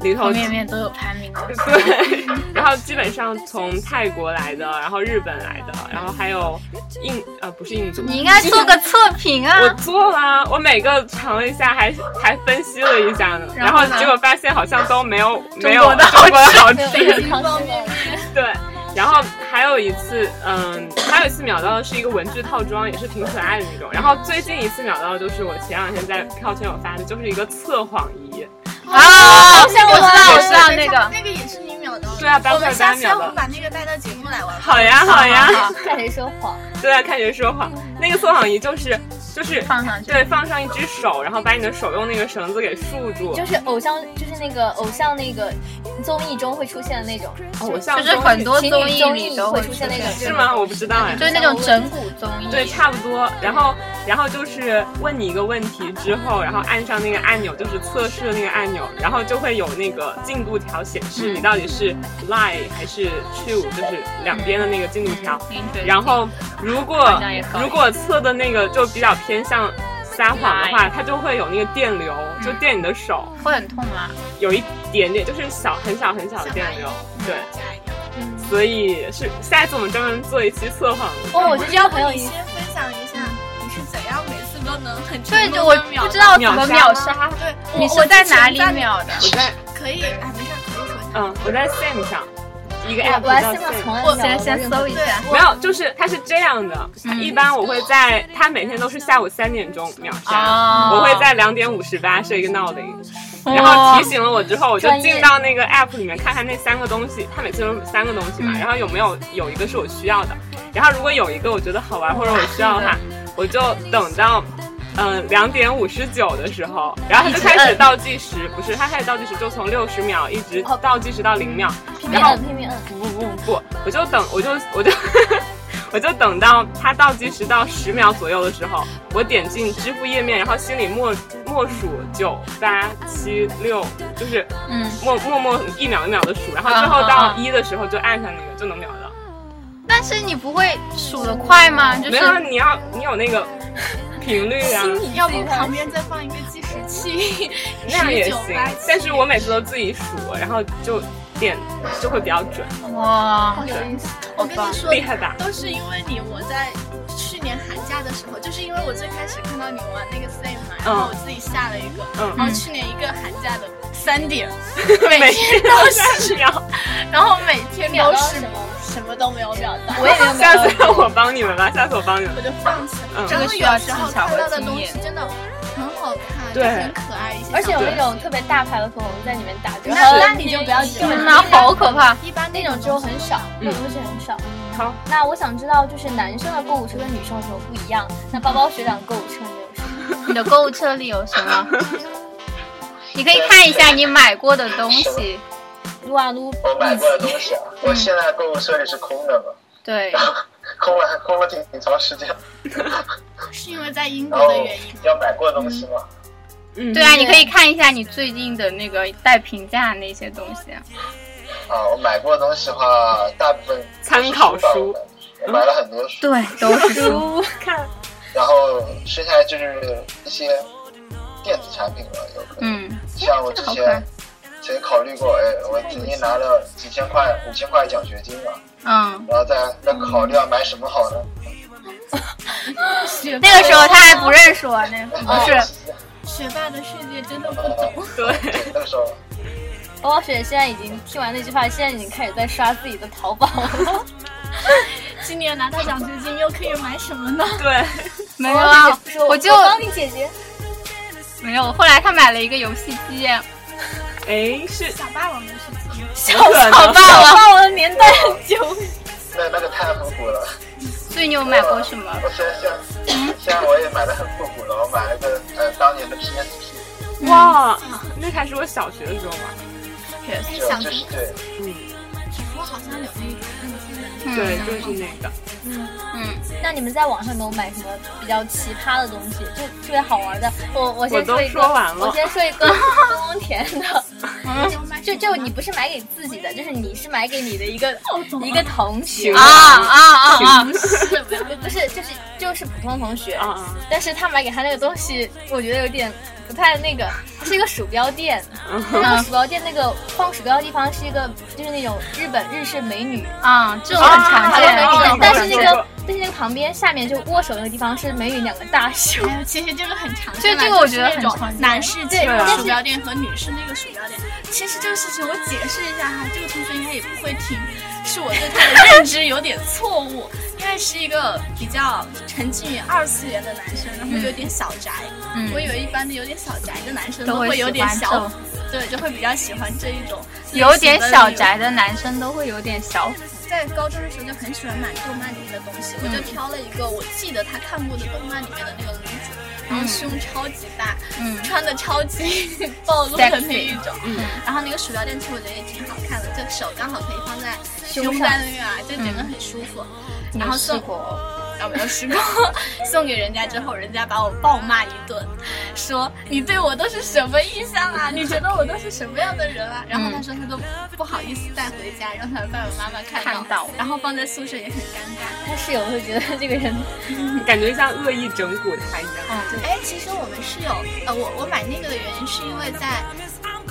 D: 里头
F: 方便面都有排名的。
D: 对， 然后基本上从泰国来的，然后日本来的，然后还有印呃不是印度，
F: 你应该做个测评啊！
D: 我做了，我每个尝了一下，还还分析了一下呢，然
F: 然后
D: 后
F: 呢
D: 结果发现好像都没有没有
F: 中国的
D: 中国的好
E: 没有
D: 吃，
E: 健康方便
D: 对。然后还有一次，嗯，还有一次秒到的是一个文具套装，也是挺可爱的那种。然后最近一次秒到的就是我前两天在票圈有发的，就是一个测谎仪，
F: 啊，我知
E: 像我
F: 道，我知道
B: 对
F: 那
B: 它
F: 个。
B: 那个也是你秒到的。
D: 对啊八
B: 我
F: 哦
D: 块
B: 们
D: 八
B: 下次要
D: 秒
B: 不
D: 的
B: 把那个带到节目来玩吧？
D: 好呀好呀，
F: 好
E: 看谁说谎。
D: 对啊，看谁说谎。那个测谎仪就是就是
F: 放上去
D: 对，放上一只手，然后把你的手用那个绳子给束住。
E: 就是偶像，就是那个偶像那个综艺中会出现的那种，
D: 哦我像
F: 就是很多
E: 情侣综
F: 综
E: 艺
F: 艺都
E: 会
F: 会
E: 出现那
F: 出
E: 种，
F: 现
D: 是吗？我不知道哎
F: 就。是那种整蛊综艺，
D: 对，差不多。然后，然后就是问你一个问题之后，然后按上那个按钮，就是测试的那个按钮，然后就会有那个进度条显
F: 嗯
D: 示你到底是 lie 还是 true，就是两边的那个进度条。
F: 零嘴
D: 然后如果
F: 像也可以
D: 如果测的那个就比较偏向撒谎的话，
F: 嗯
D: 它就会有那个电流，就电你的手，
F: 会很痛吗？
D: 有一点点，就是小很小很小的电流。对，
B: 加一个。
F: 嗯
D: 所以是下一次我们专门做一期测谎的。
E: 哦，我觉得这样很有
B: 你
E: 意思。
B: 先分享一下你是怎样每次都能很成
F: 对，
B: 功
F: 就
B: 地
F: 我
B: 秒
F: 不知
B: 到
F: 道怎么秒杀。
B: 对，我
F: 你
B: 我
F: 是
B: 之
F: 在
B: 前
F: 哪里秒的？
D: 我在
B: 可以，哎，没事，可以说一下。
D: 嗯，我在 Sam 上一个
E: 我
D: app
E: 我还
D: 叫
E: 希望
D: Sam。
E: 从来
B: 我
E: 没有
F: 先先搜一
B: 对
F: 下，，
B: 我
D: 没有，就是它是这样的，
F: 嗯
D: 一般我会在它每天都是下午三点钟秒杀，
F: 哦
D: 我会在两点五十八设一个闹铃，然后提醒了我之后，我就进到那个 app 里面看看那三个东西，它每次都是三个东西嘛，然后有没有有一个是我需要的，然后如果有一个我觉得好玩或者我需要的话，我就等到。嗯，两点五十九的时候，然后他就开始倒计时，不是他开始倒计时，就从六十秒一直倒计时到零秒，
E: 拼命
D: 然后
E: 摁，拼命摁，
D: 不不不不不，我就等，我就我就 我就等到它倒计时到十秒左右的时候，我点进支付页面，然后心里默默数九八七六，就是
F: 嗯，
D: 默默默一秒一秒的数，然后
F: 啊
D: 最后
F: 啊
D: 到
F: 啊
D: 一的时候就按下那个就能秒到。
F: 但是你不会数得快吗？就
D: 没有啊，
F: 是
D: 你要你有那个频率啊，
B: 要不旁边再放一个计时器，
D: 那样也
B: 19
D: 行
B: 八七。
D: 但是我每次都自己数，然后就点就会比较准，
F: 哇，
B: 好有意思。我跟你说，
D: 厉害吧？
B: 都是因为你，我在去年寒假的时候，就是因为我最开始看到你玩那个 Steam 嘛，然后我自己下了一个，
D: 嗯
B: 然后去年一个寒假的三点，
D: 每
B: 每天都
D: 三
B: 是，
D: 十秒。
B: 然后每天
E: 秒
B: 都
E: 到
B: 是
E: 什么？
B: 什么都没有秒到，
E: 我也没有秒
D: 下
E: 到
D: 次我帮你们吧，下次我帮你们
B: 我。就放弃了。
D: 嗯
B: 真
F: 这
B: 的
F: 个需
B: 有
F: 要
B: 时候
F: 技巧
B: 看
F: 和
B: 到的
F: 经
B: 东西
F: 验
B: 真的很好看，
D: 对
B: 很可爱一些小东西，
E: 而且有那种特别大牌的口红在里面打
B: 那
E: 折，那
B: 那
E: 你
B: 你
E: 就
B: 就
E: 不
B: 不
E: 要
B: 要
E: 去
B: 去
E: 了
B: 了，
F: 嗯那好可怕！
B: 一般
E: 那种只有很少，那种东西很少。
D: 好，
E: 那我想知道，就是男生的购物车跟女生有什么不一样？那包包学长购物车没有什么？
F: 你的购物车里有什么？你可以看一下你买过的东西，
E: 撸啊撸，
G: 我买过的东西啊，我现在购物车也是空的嘛，
F: 对，
G: 空了空了挺挺长时间，
B: 是因为在英国
G: 然后
B: 的原因吗？
G: 要买过的东西嘛，
D: 嗯，
F: 对啊，你可以看一下你最近的那个带评价那些东西啊。
G: 啊，我买过的东西的话，大部分
D: 参考书
G: 书吧，我买了很多书，
F: 对，都是书。
D: 看，
G: 然后剩下来就是一些电子产品了，有可能。
F: 嗯，
G: 像我之
F: 好
G: 前
F: 看
G: 曾经考虑过，哎，我曾经拿了几千块、五千块奖学金嘛，
F: 嗯，
G: 然后再再考虑要买什么好呢？
B: 学
F: 那个时候他还不认识我，那个不啊是，
B: 学霸的世界真的不懂，
D: 对，
G: 对， 那个时候
E: 包包学长现在已经听完那句话，现在已经开始在刷自己的淘 宝了。
B: 今年拿到奖学金又可以买什么呢？
D: 对，
F: 没有啊
E: 不是，我
F: 我就
E: 帮你解决。
F: 没有。后来他买了一个游戏机，
D: 哎，是
B: 小霸王的事情，
D: 小小
F: 霸王
E: 到我的年代很久，
G: 那那个太复古了。
F: 所以你有买过什么？
G: 我现在现在现在我也买的很复古了，我买了个呃当年的 PSP，
D: 哇，那还是我小学的时候玩。
G: 就
B: 想
G: 就
B: 听
G: 是对，
D: 嗯，
B: 我好像有那种
D: 对，就是那个。
E: 那你们在网上都买什么比较奇葩的东西？就特别好玩的。我我
D: 我
E: 先
D: 都
E: 说一个，
D: 说完了
E: 我先说一 个 东东甜的，
B: 嗯，
E: 就就你不是买给自己的，就是你是买给你的一个一个同学
D: 情
F: 啊啊啊啊！
E: 是 不是不是就是就是普通同学，
D: 啊啊，
E: 但是他买给他那个东西，我觉得有点不太那个，它是一个鼠标垫，然后鼠标垫那个放鼠标的地方是一个就是那种日本日式美女，
F: 啊，哦这种很常见，
D: 啊
F: 这种
E: 但是那
F: 很常
D: 这
F: 见。
E: 个但是那个旁边下面就握手那个地方是美女两个大胸。
B: 哎呦，其实这个很常
F: 这
B: 见嘛，
F: 这个我
B: 就
F: 觉
B: 是
F: 得
B: 那
F: 很常
B: 种
F: 见
B: 男士
E: 对
B: 这
D: 啊
B: 个鼠标垫和女士那个鼠标垫。其实这个事情我解释一下哈，这个同学应该也不会听，是我对他的认知有点错误。 因为是一个比较沉浸于二次元的男生，然后有点小宅。
F: 嗯
B: 我以为一般的有点小宅的男生
F: 都会
B: 会有点
F: 喜欢
B: 小，对，就会比较喜欢这一种
F: 有点
B: 类
F: 小
B: 型的
F: 宅的男生都会有点小
B: 在高中的时候就很喜欢买动漫里面的东西，我就挑了一个我记得他看过的动漫里面的那个女主，然后胸超级大，
F: 嗯
B: 穿的超级 暴露的那一种，然后那个鼠标垫其实我觉得也挺好看的，就手刚好可以放在
E: 胸
B: 胸
E: 上
B: 上面啊，就整个很舒服。然后送
F: 过？
B: 啊，没有试过， 送给人家之后，人家把我暴骂一顿，说你对我都是什么印象啊？你觉得我都是什么样的人啊？然后他说他都不好意思带回家，让他的爸爸妈妈看
F: 看到
B: 然后放在宿舍也很尴尬。
E: 他室友会觉得这个人
D: 感觉像恶意整蛊他一样。
B: 哎，其实我们是有，呃，我我买那个的原因是因为在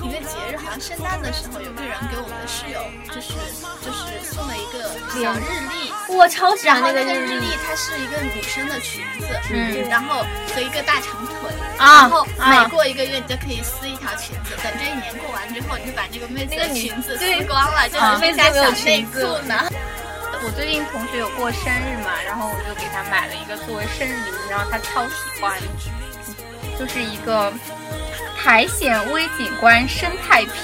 B: 一个节日，好像圣诞的时候，有个人给我们室友就是就是送了一个小日历。
E: 我超喜欢
B: 然
E: 嗯那
B: 后
E: 个
B: 那个日
E: 历嗯
B: 历，它是一个女生的裙子，嗯然后和一个大长腿，
F: 啊
E: 哦
B: 然后
F: 啊
B: 每过一个月你就可以撕一条裙子，等这一年过完之后，你就把那个妹子
E: 那
B: 的
E: 个女
B: 裙子
E: 对
B: 撕光了，就
F: 啊
B: 剩下小内
E: 妹子没有
B: 裤呢。
F: 我最近同学有过生日嘛，然后我就给他买了一个作为生日礼物，然后他超喜欢，就是一个苔藓微景观生态瓶。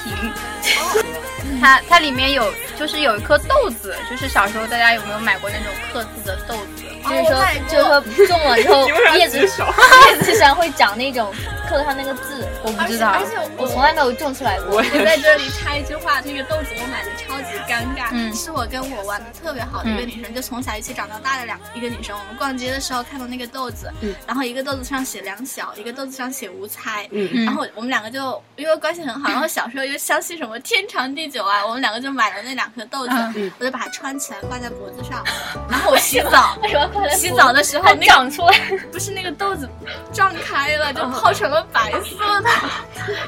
F: 它它里面有就是有一颗豆子，就是小时候大家有没有买过那种刻字的豆子？
E: 就是说，就是说种了之后
D: 你为啥
E: 叶子
D: 举手
E: 叶子上会长那种刻上那个字，我不
B: 而
E: 知
B: 且
E: 道，
B: 而且
E: 我
B: 我
E: 从来没有种出来过
D: 我。
B: 我
D: 也
B: 在这里插一句话，那个豆子我买的超级尴尬，
E: 嗯
B: 是我跟我玩的特别好的
D: 嗯
B: 一个女生，就从小一起长到大的两一个女生。我们逛街的时候看到那个豆子，
D: 嗯
B: 然后一个豆子上写两小，一个豆子上写无猜。
D: 嗯，
B: 然后我们两个就因为关系很好，然后小时候又相信什么天长地久啊，我们两个就买了那两颗豆子，
D: 嗯
B: 我就把它穿起来挂在脖子上，然后我洗澡，
E: 为什么快乐？
B: 洗澡的时候
E: 它
B: 那个
E: 长出来，嗯
B: 不是那个豆子胀开了，就泡成了白色的，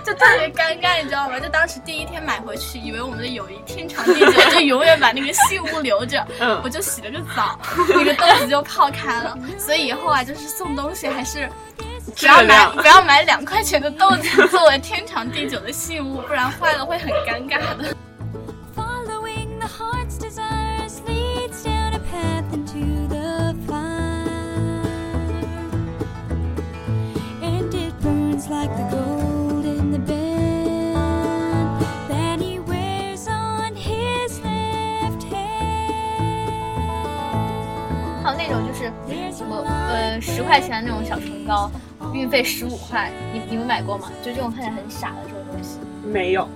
B: 就特别尴尬，你知道吗？就当时第一天买回去，以为我们的友谊天长地久，就永远把那个信物留着。
D: 嗯
B: 我就洗了个澡，那个豆子就泡开了。所以以后啊，就是送东西还是不要
D: 质
B: 买
D: 量
B: 不要买两块钱的豆子作为天长地久的信物，不然坏了会很尴尬的。
H: Following the heart's desires leads down a path into the fire. And it burns like the gold in the band that he wears on his left hand.
E: 还有那种就是
H: There's a
E: 我
H: light
E: 呃十块钱那种小唇膏，运费十五块，你你们买过吗？就这种看起来很傻的这种东西。
D: 没有。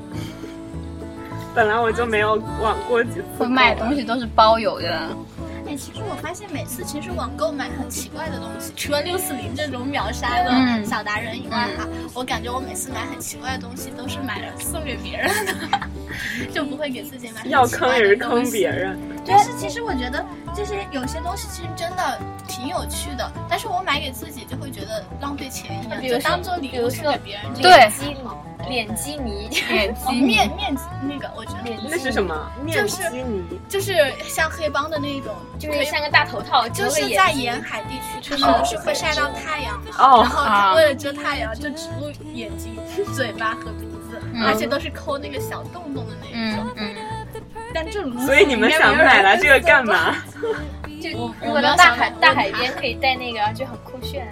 D: 本来我就没有网过几次
F: 我
D: 购物，
F: 买东西都是包邮的。
B: 哎，其实我发现每次其实网购买很奇怪的东西，除了六四零这种秒杀的
F: 嗯
B: 小达人以外哈，我感觉我每次买很奇怪的东西都是买了送给别人的， 就不会给自己买很
D: 要
B: 奇
D: 坑
B: 怪
D: 也
B: 的
D: 是
B: 东
D: 坑
B: 西。
D: 别人。
B: 但是其实我觉得这些有些东西其实真的挺有趣的，但是我买给自己就会觉得浪费钱一样，
E: 比如
B: 就
E: 说
B: 当做礼
E: 比
B: 物
E: 如
B: 送
E: 说
B: 给别人。
F: 对
E: 脸基脸基尼，
F: 脸基
B: 哦
F: 尼
B: 面面那个，我觉得
E: 脸基尼
D: 那是什？么？面
B: 就是
D: 基尼。
B: 就是像黑帮的那种，
E: 就是像个大头套，
B: 就
E: 遮个
B: 是
E: 眼
B: 在
E: 睛
B: 沿海地区，他们是会晒到太阳的，
D: 哦
B: 然后他
F: 啊
B: 为了遮太阳就只露眼睛、嘴巴和鼻子，
F: 嗯
B: 而且都是抠那个小洞洞的那一种。
F: 嗯嗯，
B: 但这种
D: 所以你们想买来这个干嘛？
E: 就
B: 我
E: 如
B: 我
E: 果
B: 没有
E: 到大
B: 想
E: 海
B: 过
E: 大海
B: 它
E: 边可以带那个，然后就很酷炫。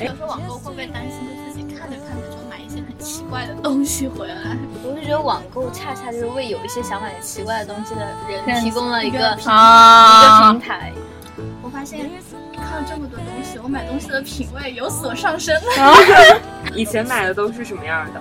B: 有时候网购会不会担心就自己看着看着就买一些很奇怪的东西回来？
E: 我是觉得网购恰恰就是为有一些想买奇怪的东西的人
F: 人
E: 提供了一
B: 一
E: 个
B: 个
E: 一个
F: 啊
E: 平，台。
B: 我发现看了这么多东西，我买东西的品味有所上升。 啊
D: 以前买的都是什么样的？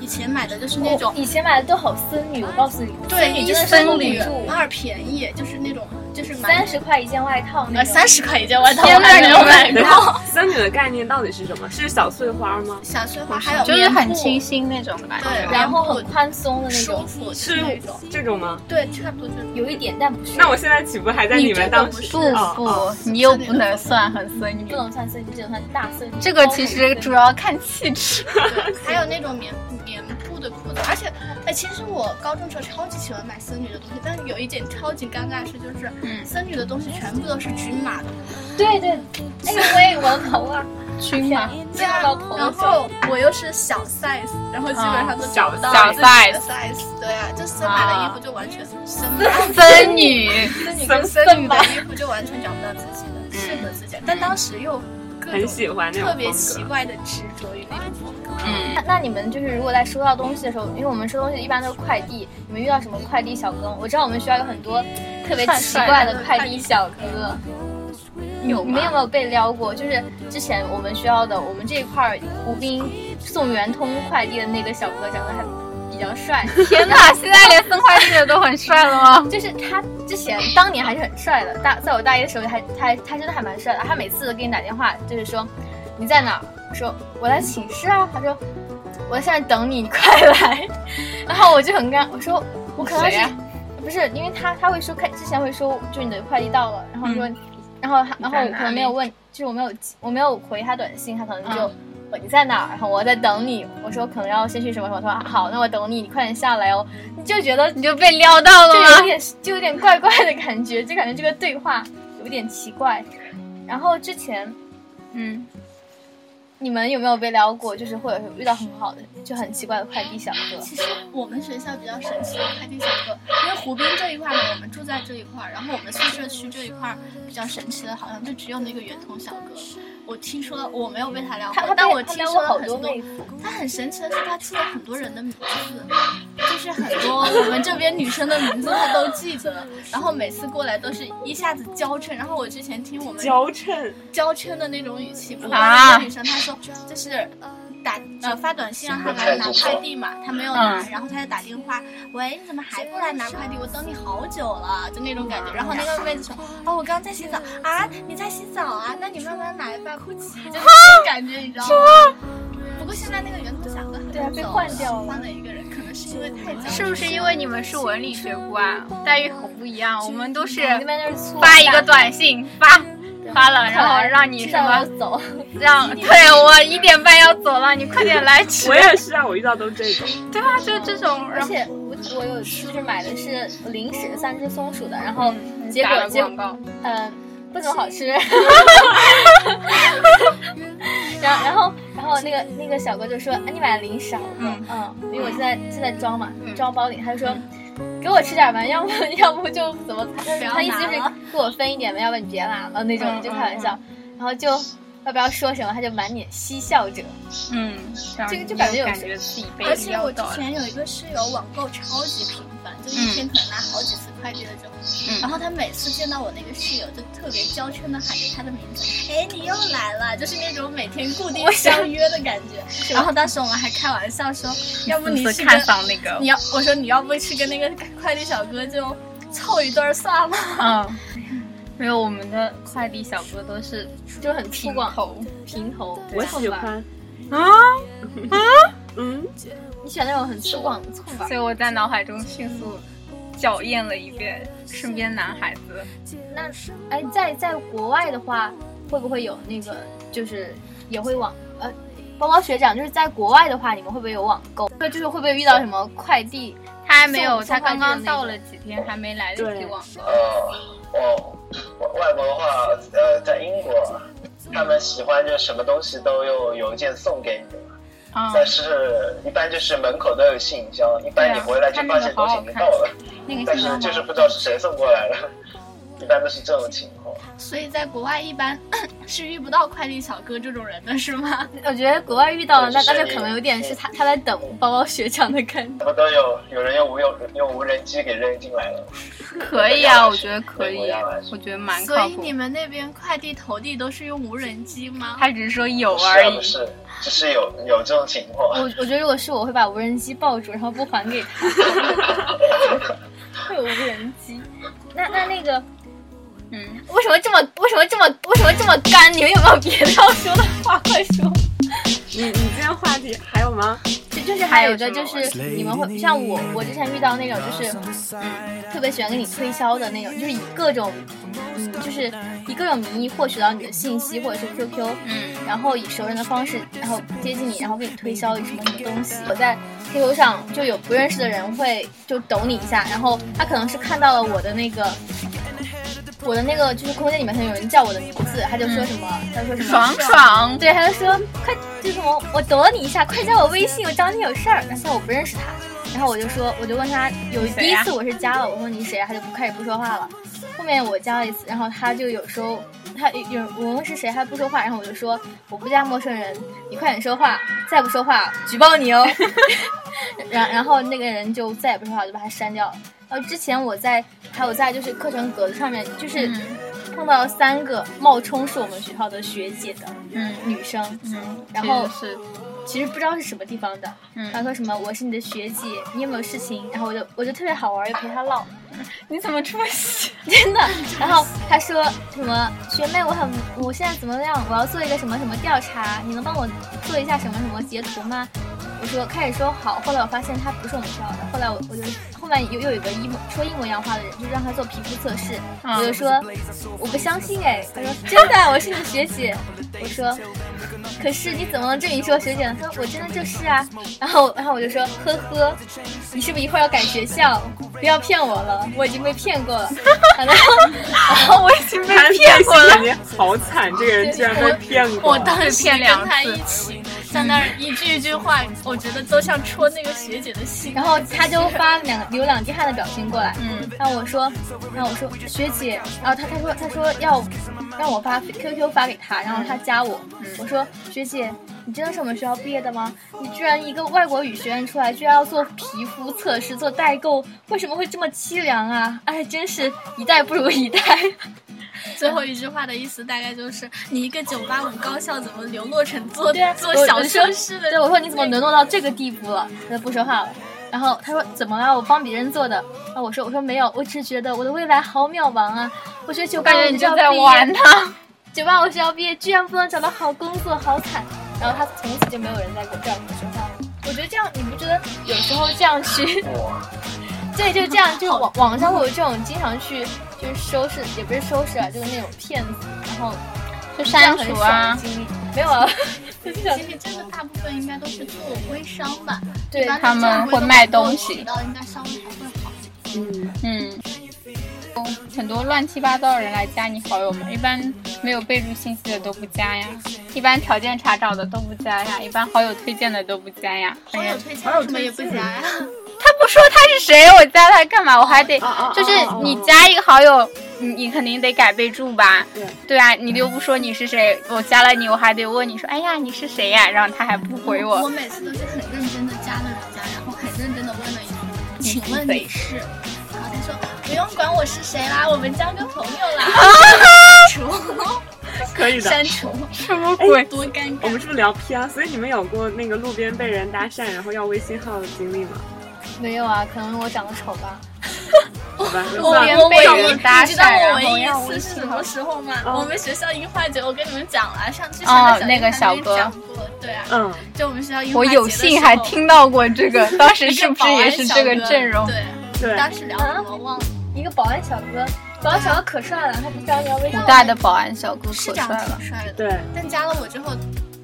B: 以前买的就是那种
E: 我以前买的都好僧女，我告诉你，
B: 对
E: 僧女
B: 一
E: 真的是
B: 僧
E: 不
B: 侣
E: 住，
B: 二便宜，就是那种就是买
E: 三十块一件外套那
B: 呃
E: 种。
B: 三十块一件外套，
E: 天
B: 我
E: 哪
B: 还没有买
D: 对
B: 过。，
D: 森女的概念到底是什么？是小碎花吗？
B: 小碎花还有
F: 就是很
B: 棉布
F: 清新那种吧。
B: 对
E: 啊然后很宽松的那
B: 舒
E: 种，
B: 服，就是那种，
D: 这种吗？
B: 对，差不多就是。
E: 有一点但不是。
D: 那我现在岂不还在
B: 你
D: 你
B: 这
D: 们
B: 个
D: 当
B: 不
D: 时
B: 是？
F: 不
D: 哦哦
F: 不，你又不能算很森女
E: 不。能算僧女，只能算大僧女。
F: 这个其实主要看气 质。
B: 对， 还有那种棉棉布的裤子，而且，哎，其实我高中时候超级喜欢买森女的东西，但是有一点超级尴尬的事就是，
F: 嗯
B: 森女的东西全部都是均码的，
E: 对对，哎呦喂，我的头啊，
F: 均码
E: 这
D: 啊
E: 样老头
F: 啊
B: 然后我又是小 size，然后基本上都
D: 嗯
B: 找不到
F: 小
B: 自己的
F: size
B: size，对啊，就森买的衣服就完
D: 啊
B: 全森买，
F: 森女，
B: 森女跟森女的衣服就完全找不到自己的适合自己的，但当时又各
D: 嗯很
B: 种
D: 喜欢那种
B: 特别奇
D: 风格。
B: 怪的执着于那种风格。
F: 嗯
E: 那那你们就是如果在收到东西的时候，因为我们收东西一般都是快递，你们遇到什么快递小哥？我知道我们学校有很多特别奇怪的快递小哥，
F: 有
E: 你们有
F: 吗？
E: 没有被撩过？就是之前我们学校的我们这一块儿湖滨送圆通快递的那个小哥，长得还比较帅，
F: 天 哪，现在连送快递的都很帅了吗？
E: 就是他之前当年还是很帅的，大在我大一的时候还他他真的还蛮帅的，他每次都给你打电话，就是说你在哪儿？我说我在寝室啊。他说我在下面等你，你快来。 然后我就很尴，我说我可能
F: 谁啊
E: 是、
F: 呀
E: 不是因为他他会说快之前会说就你的快递到了，然后
F: 嗯
E: 说、然后他然后我可能没有问，就是我没有我没有回他短信，他可能就。我
F: 嗯
E: 你在哪儿？然后我在等你。我说可能要先去什么什么。他说好，那我等你，你快点下来哦。你就觉得
F: 你就 被撩到
E: 就
F: 了
E: 有
F: 吗？
E: 点就有点怪怪的感觉，就感觉这个对话有点奇怪。然后之前
F: 嗯，
E: 你们有没有被撩过？就是或者是遇到很好的就很奇怪的快递小哥？
B: 其实我们学校比较神奇的快递小哥，因为湖滨这一块嘛，我们住在这一块儿，然后我们宿舍区这一块儿比较神奇的，好像就只有那个圆通小哥。我听说了，我没有被他撩
E: 他
B: 过
E: 他，
B: 但
E: 被
B: 我
E: 他
B: 听
E: 撩
B: 说
E: 过
B: 了
E: 好
B: 很
E: 多
B: 多。
E: 妹子，
B: 他很神奇的是，他记得很多人的名字，就是很多我们这边女生的名字他都记得，然后每次过来都是一下子娇嗔。然后我之前听我们
D: 娇嗔，
B: 娇嗔的那种语气，不过
F: 啊
B: 那个女生她说就是打
E: 嗯
B: 呃发短信让他来拿快递嘛，他没有拿，然后他就打电话，喂你怎么还不来拿快递？我等你好久了，就那种感
E: 嗯
B: 觉。然后那个妹子说，哦我刚在洗澡啊，你在洗澡啊，那你慢慢来吧，哭泣，就那种感觉，你知道吗？不过现在那个圆头小哥好
E: 啊对啊
B: 像
E: 被
B: 走
E: 换掉了
B: 换了一个人，可能是因为太娇嗔
F: 是不是因为你们是文理学部啊？待遇好不一样，我们都是
E: 那边那是粗
F: 发一个短信发。发了，然后让你
E: 吃
F: 什
E: 饭
F: 么
E: 要走，
F: 让对我一点半要走了，你快点来吃
D: 我。也是啊，我遇到都是这种。
F: 对啊，就这种，
E: 而
F: 然后
E: 且我我有一次是买的是零食三只松鼠的，然后结
F: 嗯打
E: 果
F: 了
E: 结
F: 广告，
E: 嗯，不怎么好 吃。然后，然后，然后那个那个小哥就说：“啊，你买了零食啊？”我说：“嗯，因为我现在现在装嘛，
F: 嗯
E: 装包里。”他就说：“给我吃点吧，要不要不就怎么？”他
B: 不要
E: 他意思就是
B: 拿了
E: 给我分一点吧，要不然你别拿了那种，
F: 嗯
E: 就开玩笑。然后就要不要说什么，他就满脸嬉笑着。
F: 嗯，这样
E: 这个就
F: 你
E: 感觉有
F: 感觉自己被
B: 而且我
F: 撩
B: 之
F: 到了。
B: 前有一个室友网购超级频繁，就一天可能拿好几次快递的这种。
F: 嗯
B: 然后他每次见到我那个室友，就特别娇嗔的喊着他的名字，哎，你又来了，就是那种每天固定相约的感觉。然后当时我们还开玩笑说，要不你
F: 是不
B: 去
F: 是
B: 跟
F: 看上那个
B: 你，要我说你要不去跟那个快递小哥就凑一对儿算了。
F: 嗯，没有，我们的快递小哥都是
E: 就很粗
F: 平
E: 犷，
F: 头
E: 平头，
D: 我喜
E: 寸吧
D: 欢，
F: 啊，
D: 嗯，
E: 你选那种很粗犷的寸吧
F: 所。以我在脑海中迅速校验了一遍身边男孩子。
E: 那哎，在在国外的话，会不会有那个就是也会网呃，包包学长，就是在国外的话，你们会不会有网购？对，就是会不会遇到什么快递？
F: 他还没有，
E: 送
F: 他
E: 送快
F: 刚
E: 递
F: 刚
E: 的那
F: 到
E: 种
F: 了几天，还没来得及
D: 对
F: 网购。
G: 呃，我我外国的话，呃，在英国，他们喜欢就什么东西都用邮件送给你，
F: 啊、
G: 但是一般就是门口都有信箱，一般你回来就发现东西已经到了，
F: 那个
G: 但
F: 信
G: 是
F: 箱
G: 就是
F: 吗？
G: 不知道是谁送过来的，一般都是这种情况。
B: 所以在国外一般 是遇不到快递小哥这种人的是吗？
E: 我觉得国外遇到了，那
G: 对
E: 那
G: 是
E: 就可能有点是他他在等包包学长的感觉。
G: 他们都有有人用无用用无人机给扔进来了，
F: 可以啊，我觉得可
G: 我
F: 以
G: 要来，
F: 我觉得蛮
B: 所
F: 靠
B: 以
F: 谱
B: 你。们那边快递投递都是用无人机吗？
F: 他只是说有
G: 不是
F: 而
G: 啊
F: 已
G: 不，是，就是有有这种情
E: 我
G: 况，
E: 我觉得如果是我会把无人机抱住，然后不还给他。 会有无人机？那那那个
F: 嗯，
E: 为什么这么为什么这么为什么这么干？你们有没有别的要说的话？快说！
D: 你你今天话题还有吗？
E: 就就是还有一个就是你们会像我，我之前遇到那种就是特别喜欢给你推销的那种，就是以各种嗯，就是以各种名义获取到你的信息或者是 QQ，
F: 嗯，
E: 然后以熟人的方式，然后接近你，然后给你推销一什么什么东西。我在 QQ 上就有不认识的人会就抖你一下，然后他可能是看到了我的那个。我的那个就是空间里面，可能有人叫我的名字，他就说什么，他说什么
F: 爽爽，
E: 对，他就说快，就什么我躲你一下，快加我微信，我找你有事儿。但现在我不认识他，然后我就说，我就问他，有
F: 谁
E: 第一
F: 呀
E: 次我是加了，我说你谁啊，他就不开始不说话了。后面我加了一次，然后他就有时候他有我问是谁，他不说话，然后我就说我不加陌生人，你快点说话，再不说话举报你哦。 然然后那个人就再也不说话，我就把他删掉了。然后呃之前我在还有在就是课程格子上面，就是
F: 嗯
E: 碰到了三个冒充是我们学校的学姐的
F: 嗯
E: 女生，
F: 嗯，
E: 然后
F: 其实是
E: 其实不知道是什么地方的，
F: 嗯
E: 他说什么我是你的学姐，你有没有事情？然后我就我就特别好玩儿，就陪他唠，
F: 你怎么这么细？
E: 真的。然后他说什么学妹，我很我现在怎么样？我要做一个什么什么调查，你能帮我做一下什么什么截图吗？我说开始说好，后来我发现他不是我们学校的，后来我我就后面又又有一个一模说一模一样话的人，就让他做皮肤测试，
F: 嗯
E: 我就说我不相信哎，他说真的，我是你学姐，我说可是你怎么能证明是我学姐呢？他说我真的就是啊。然后然后我就说呵呵，你是不是一会儿要改学校？不要骗我了，我已经被骗过了。然后然后我已经
D: 他被骗过了，好惨！这个人居然被骗过
B: 我
D: 了。
B: 当时
F: 被骗两
B: 跟他
F: 次
B: 一起，在那儿一句一句话，我觉得都像戳那个学姐的心。
E: 然后他就发两流两滴汗的表情过来，嗯，然后我说，然后我说学姐，然后他他说他说要让我发 QQ 发给他，然后他加我，我说学姐，你真的是我们学校毕业的吗？你居然一个外国语学院出来，居然要做皮肤测试做代购，为什么会这么凄凉啊？哎，真是一代不如一代。
B: 最后一句话的意思大概就是，你一个九八五高校怎么流落成做
E: 对啊，
B: 做
E: 我
B: 小
E: 我
B: 生
E: 说
B: 似的？
E: 对，我说你怎么沦落到这个地步了？他就不说话了。然后他说怎么了？我帮别人做的。然后我说我说没有，我只是觉得我的未来好渺茫啊！我觉得九
F: 我
E: 八
F: 感
E: 五
F: 觉你
E: 学校
F: 就
E: 毕
F: 在玩
E: 业，
F: 他。
E: 九八五学校毕业居然不能找到好工作，好惨。然后他从此就没有人再给我叫你说话了。我觉得这样，你不觉得有时候这样去， 对，就这样，就是网网上会有这种经常去就是收拾，也不是收拾啊，就是那种骗子，然后就
F: 删除啊
E: 很爽的经历。没有啊， 就是想
B: 其实真的大部分应该都是做微商吧，
E: 对
B: 一般
F: 他们
B: 做微
F: 会卖东
B: 商
F: 西
B: 渠道应该稍微还会好。
F: 嗯，很多乱七八糟的人来加你好友嘛，一般没有备注信息的都不加呀，一般条件查找的都不加呀，一般好友推荐的都不加呀。
E: 哎
B: 好友推荐为什么也不啊加呀？
F: 他不说他是谁，我加他干嘛？我还得
B: 啊
D: 哦哦
F: 就是
D: 哦哦
F: 你加一个好友，你你肯定得改备注吧？
D: 对
F: 对啊，你又不说你是谁，我加了你，我还得问你说，哎呀，你是谁呀、然后他还不回
B: 我
F: 我，
B: 每次都是很认真的加了人家，然后很认真的问了一句：“请问你是？”然后他说：“不用管我是谁啦，我们交个朋友啦。
D: 可以”的。
B: 删除，哎
F: 什么鬼？
B: 多尴
D: 我
B: 尬！
D: 们是不是聊偏？所以你们有过那个路边被人搭讪，然后要微信号的经历吗？
E: 没有啊，可能我长得丑吧。
D: 好吧，就
F: 路
D: 算
F: 边
D: 了
F: 被
D: 算了
F: 人搭
B: 你知道
F: 讪，
B: 我
F: 然后
B: 唯一
F: 要
B: 一
F: 微
B: 次是
F: 信
B: 什
F: 号
B: 么。时候吗？
D: 哦
B: 我们学校樱花节，我跟你们讲了，上去
F: 哦
B: 上
F: 那个小哥
B: 讲过，对啊，
D: 嗯，
B: 就我们学校樱花
F: 我
B: 节的
F: 有幸还
B: 时候
F: 听到过 这个，当时
B: 一
F: 是
B: 个
F: 不
B: 保
F: 是也
B: 安
F: 是
B: 小
F: 这个
B: 哥
F: 阵容？
B: 对，
D: 对，
B: 当时聊什么忘了。
E: 一个保安小哥，保安小哥可帅了，他不加你要微信
F: 武，大的保安小哥
B: 是
F: 可帅
B: 长得挺
F: 了，
B: 帅的，
D: 对，
B: 但加了我之后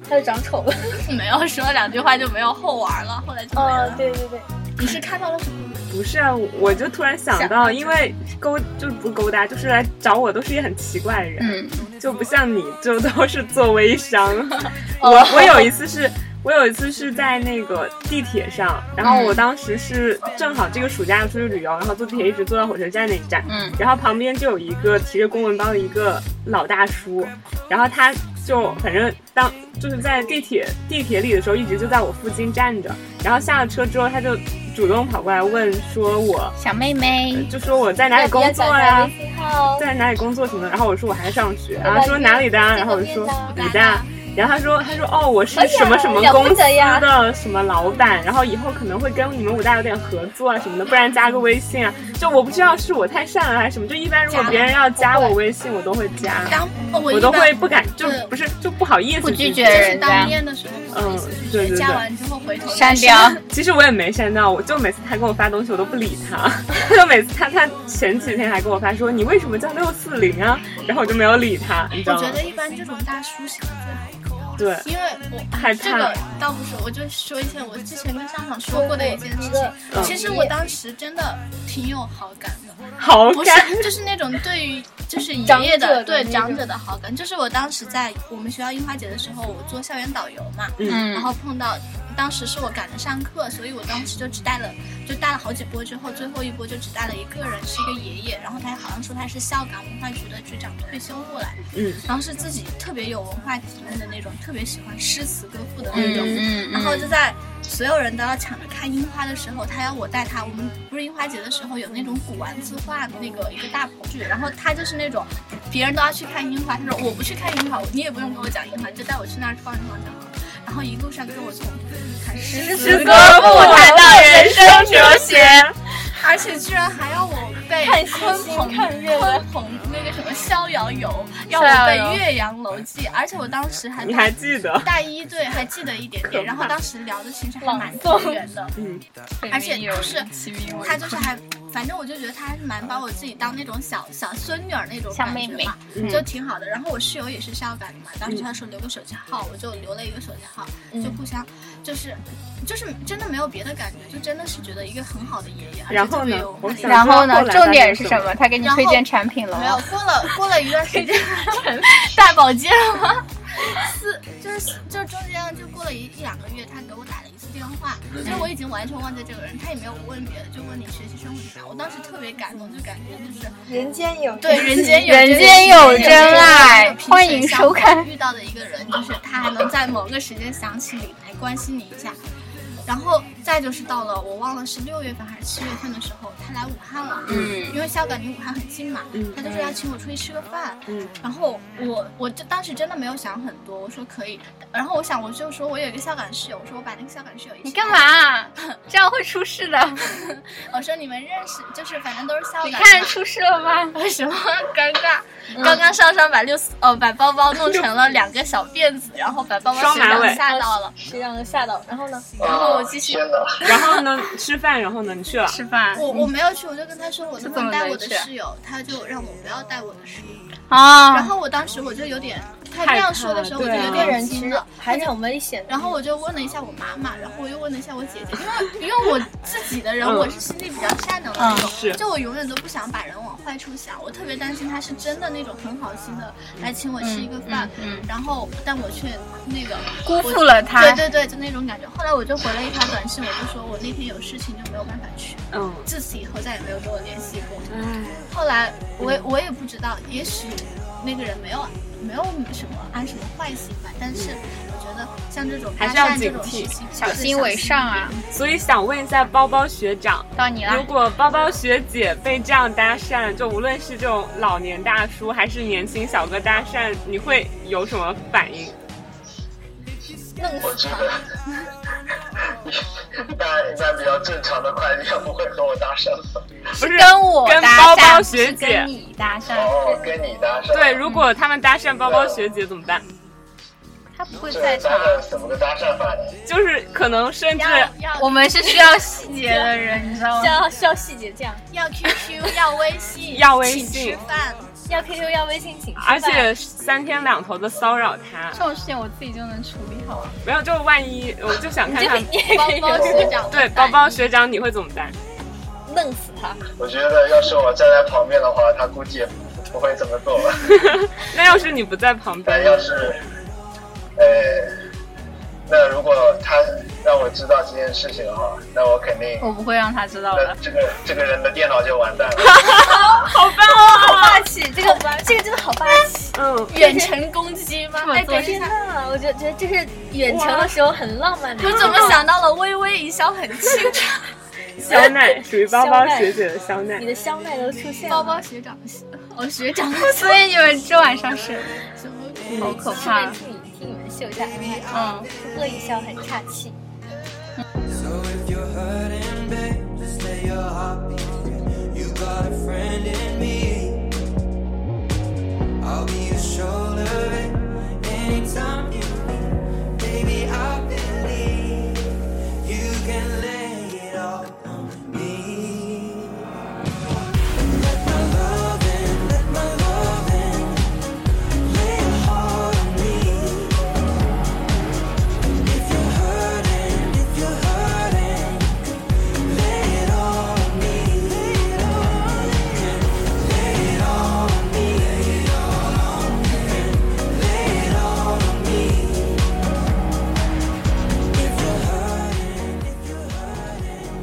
E: 他就长丑了。
B: 没有说两句话就没有后玩了，后来就没
E: 哦，
B: 了。
E: 对对对，
B: 你是看到了什么？
D: 不是啊，我就突然想到，因为勾就是不是勾搭，就是来找我都是一些很奇怪的人，
F: 嗯，
D: 就不像你，就都是做微商。我我有一次是。我有一次是在那个地铁上，然后我当时是正好这个暑假出去旅游，然后坐地铁一直坐到火车站那一站，
F: 嗯
D: 然后旁边就有一个提着公文包的一个老大叔，然后他就反正当就是在地铁地铁里的时候，一直就在我附近站着，然后下了车之后，他就主动跑过来问说我，
F: 小妹妹，
D: 就说我在哪里工作
E: 要
D: 啊呀
E: 不要加一下微、信号？
D: 在哪里工作什么的，然后我说我还上学，然
E: 拜
D: 后说哪里的啊，
E: 这
D: 然后我说
E: 边的
D: 你的啊。然后他说：“他说哦，我是什么什么
E: 哎呀
D: 公
E: 了
D: 司
E: 不得呀
D: 的什么老板，然后以后可能会跟你们武大有点合作啊什么的，不然加个微信啊。就我不知道是我太善良还是什么，就一般如果别人要加我微信，我都会加，
B: 当哦我
D: 我
B: 一
D: 都
B: 般
D: 会不敢，就
B: 对
D: 不是就不好意思
F: 不拒绝
B: 就
D: 绝。
B: 是当面的时候不好意思
D: 嗯
B: 拒绝，
D: 对对对
B: 加完之后回头
F: 删掉。
D: 其实我也没删到，我就每次他给我发东西，我都不理他。他就每次他他前几天还给我发说你为什么叫六四零啊，然后我就没有理他，你知
B: 我
D: 道吗
B: 觉？得一般这种大叔想的
D: 对，
B: 最好，因为我
D: 呃害怕
B: 这个倒不是，我就说一件我之前跟上场说过的一件事情。
D: 嗯
B: 其实我当时真的挺有好感的，
D: 好
B: 不是
D: 感，
B: 就是那种对于就是爷
E: 长
B: 爷
E: 者的
B: 对
E: 那
B: 长
E: 种
B: 者的好感。就是我当时在我们学校樱花节的时候，我做校园导游嘛，然
F: 嗯，
B: 后碰到，当时是我赶着上课，所以我当时就只带了，就带了好几波，之后最后一波就只带了一个人，是一个爷爷，然后他好像说他是校港文化局的局长退休过来，
D: 嗯，
B: 然后是自己特别有文化底蕴的那种，特别喜欢诗词歌赋的那种，
F: 嗯嗯，
B: 然后就在所有人都要抢着看樱花的时候，他要我带他。我们不是樱花节的时候有那种古玩字画的那个一个大棚剧，然后他就是那种别人都要去看樱花，他说我不去看樱花，你也不用跟我讲樱花，你就带我去那儿逛一逛就好。然后一路上跟我从看诗词歌，
F: 不谈到人生哲学，
B: 而且居然还要我背
E: 看
B: 鲲
E: 星
B: 鹏
E: 星看月亮
B: 鲲鹏那个什么《逍遥游》，要我
F: 逍遥
B: 背
F: 游
B: 《岳阳楼记》，而且我当时还
D: 你还记得？
B: 大一对还记得一点
D: 可
B: 点，
D: 怕
B: 然后当时聊的其实还蛮
E: 朗诵
B: 投缘的，
D: 嗯，
B: 而且就是
F: 齐名有
B: 他就是还，反正我就觉得他还是蛮把我自己当那种小小孙女儿那种
F: 小
B: 感
F: 妹
B: 觉
F: 妹
B: 嘛，
D: 嗯
B: 就挺好的。然后我室友也是校感的嘛，当时他说留个手机号，我就留了一个手机号，就
F: 嗯
B: 互相就是就是真的没有别的感觉，就真的是觉得一个很好的爷爷，而且
D: 然后
B: 特别
D: 呢
B: 有
D: 我
B: 文化
D: 想
B: 的
F: 然后
D: 后
F: 呢，
D: 来
F: 重点
D: 发
F: 是
D: 生
F: 什
D: 什么
F: 么？他给你
B: 然后
F: 推荐产品了
B: 没有
F: 吗？
B: 过了过了一段时间，大保健吗？私就是就是就是中间就过了一一两个月，他给我打了一次电话，
F: 嗯
B: 就是我已经完全忘记这个人，他也没有问别的，就问你学习生活怎么样。我当时特别感动，就感觉就是
E: 人间有
B: 对人间有
F: 人间有真爱
B: 萍水
F: 欢迎收看
B: 相逢遇到的一个人，就是他还能在某个时间想起你来关心你一下。然后再就是到了我忘了是六月份还是七月份的时候，他来武汉了，
F: 嗯
B: 因为香港离武汉很近嘛，
D: 嗯
B: 他就说要请我出去吃个饭，
D: 嗯
B: 然后我我就当时真的没有想很多，我说可以，然后我想我就说我有一个香港室友，我说我把那个香港室友一起，
F: 你干？嘛？这样会出事的。
B: 我说你们认识，就是反正都是香港
F: 你
B: 人嘛，
F: 看嗯出事了吗？
B: 为什么尴尬？刚刚上上把六四呃把包包弄成了两个小辫子，然后把包包
D: 双
B: 学
D: 马尾
B: 长吓到了。
E: 谁让人吓到？然后呢？
B: 然
G: 哦
B: 后我继续
G: 天哪，
D: 然后呢，吃饭，然后呢，你去了，
F: 吃饭
B: 我我没有去，我就跟他说我能不能带我的
F: 嗯这怎么回事
B: 室友，他就让我不要带我的室友。然
F: 啊，
B: 后我当时我就有点，他这
D: 害怕
B: 样说的时候我就
D: 对啊
B: 有
E: 一个
B: 点
E: 人
B: 惊
E: 其实
B: 了。
E: 还挺危险的。
B: 然后我就问了一下我妈妈，然后我又问了一下我姐姐，因为因 为我自己的人，
D: 嗯啊
B: 我是心地比较善良的那种，
D: 是
B: 就我永远都不想把人往坏处想，我特别担心他是真的那种很好心的来请我吃一个饭，
F: 嗯嗯嗯
B: 然后但我却那个
F: 辜负了他。
B: 对对对，就那种感觉。后来我就回了一条短信，我就说我那天有事情就没有办法去，
D: 嗯，
B: 自此以后再也没有跟我联系过。后来我也我也不知道，也许那个人没有没有什么啊安什么坏心吧，但是我觉得像这种
D: 还
B: 搭
D: 是要
B: 讪这
D: 警
B: 种
D: 惕
B: 事情，
F: 小心为上啊！
D: 所以想问一下包包学长，
F: 到你
D: 如
F: 了，
D: 果包包学姐被这样搭讪，就无论是这种老年大叔还是年轻小哥搭讪，你会有什么反应？
B: 弄
G: 我
B: 死
G: 觉
B: 他。
G: 得一般一般比较正常的快递不会和我搭讪吧？
D: 不是
F: 跟我
D: 跟
F: 搭
D: 包包
F: 讪，不
D: 学
F: 是
D: 姐
F: 跟。你搭讪，
G: 哦，跟你搭讪。
D: 对，如果他们搭讪包包学姐怎么办？
F: 他不会
G: 这
F: 在场
G: 搭。讪怎么个搭讪法呢？
D: 就是可能甚至
B: 要要
F: 我们是需要细节的人，你知道吗？
E: 要需要细节，这样
B: 要 QQ，要微信，
D: 要微信
B: 请吃饭，
E: 要 QQ 要微信请吃饭
D: 而且三天两头的骚扰他
F: 这，种事情我自己就能处理好。
D: 没有，就是万一我就想看看，
B: 包 包学长
D: 对包包学长你会怎么办？
E: 弄死他。
G: 我觉得要是我站在旁边的话，他估计也不会这么做吧。
D: 那要是你不在旁
G: 但
D: 边，
G: 要是，呃，那如果他让我知道这件事情的话，那我肯定，
F: 我不会让他知道
G: 那
F: 的。
G: 这个这个人的电脑就完蛋了。
D: 好棒哦！
E: 霸气，这个这个真的好 霸气。
D: 嗯，
B: 远程攻击吗？
F: 么
B: 哎，
F: 做
B: 等一
E: 天
B: 下，
E: 呐，我觉得觉得这是远程的时候很浪漫的。
B: 我怎么想到了微微一笑很 倾城？
D: 肖奈属于包包学姐的肖奈
E: 你，的香奈都出现了？
B: 包包学长，哦学长，
F: 所以你们这晚上是
B: 什么
F: 好可怕
E: 顺便。替你替你们秀一下 MV 啊，
F: 嗯，
E: 呵呵一笑很岔气。
C: So if you're hurting, babe, just lay your heart beat. You got a friend in me. I'll be your shoulder anytime you need. Baby, I believe you can lay it all on me. And let my love in, let my love in. Lay your heart on me. If you're hurting, if you're hurting, lay it all on me, lay it all on me, lay it all on me, lay it all on me, lay it all on me. If you're hurting, if you're hurting,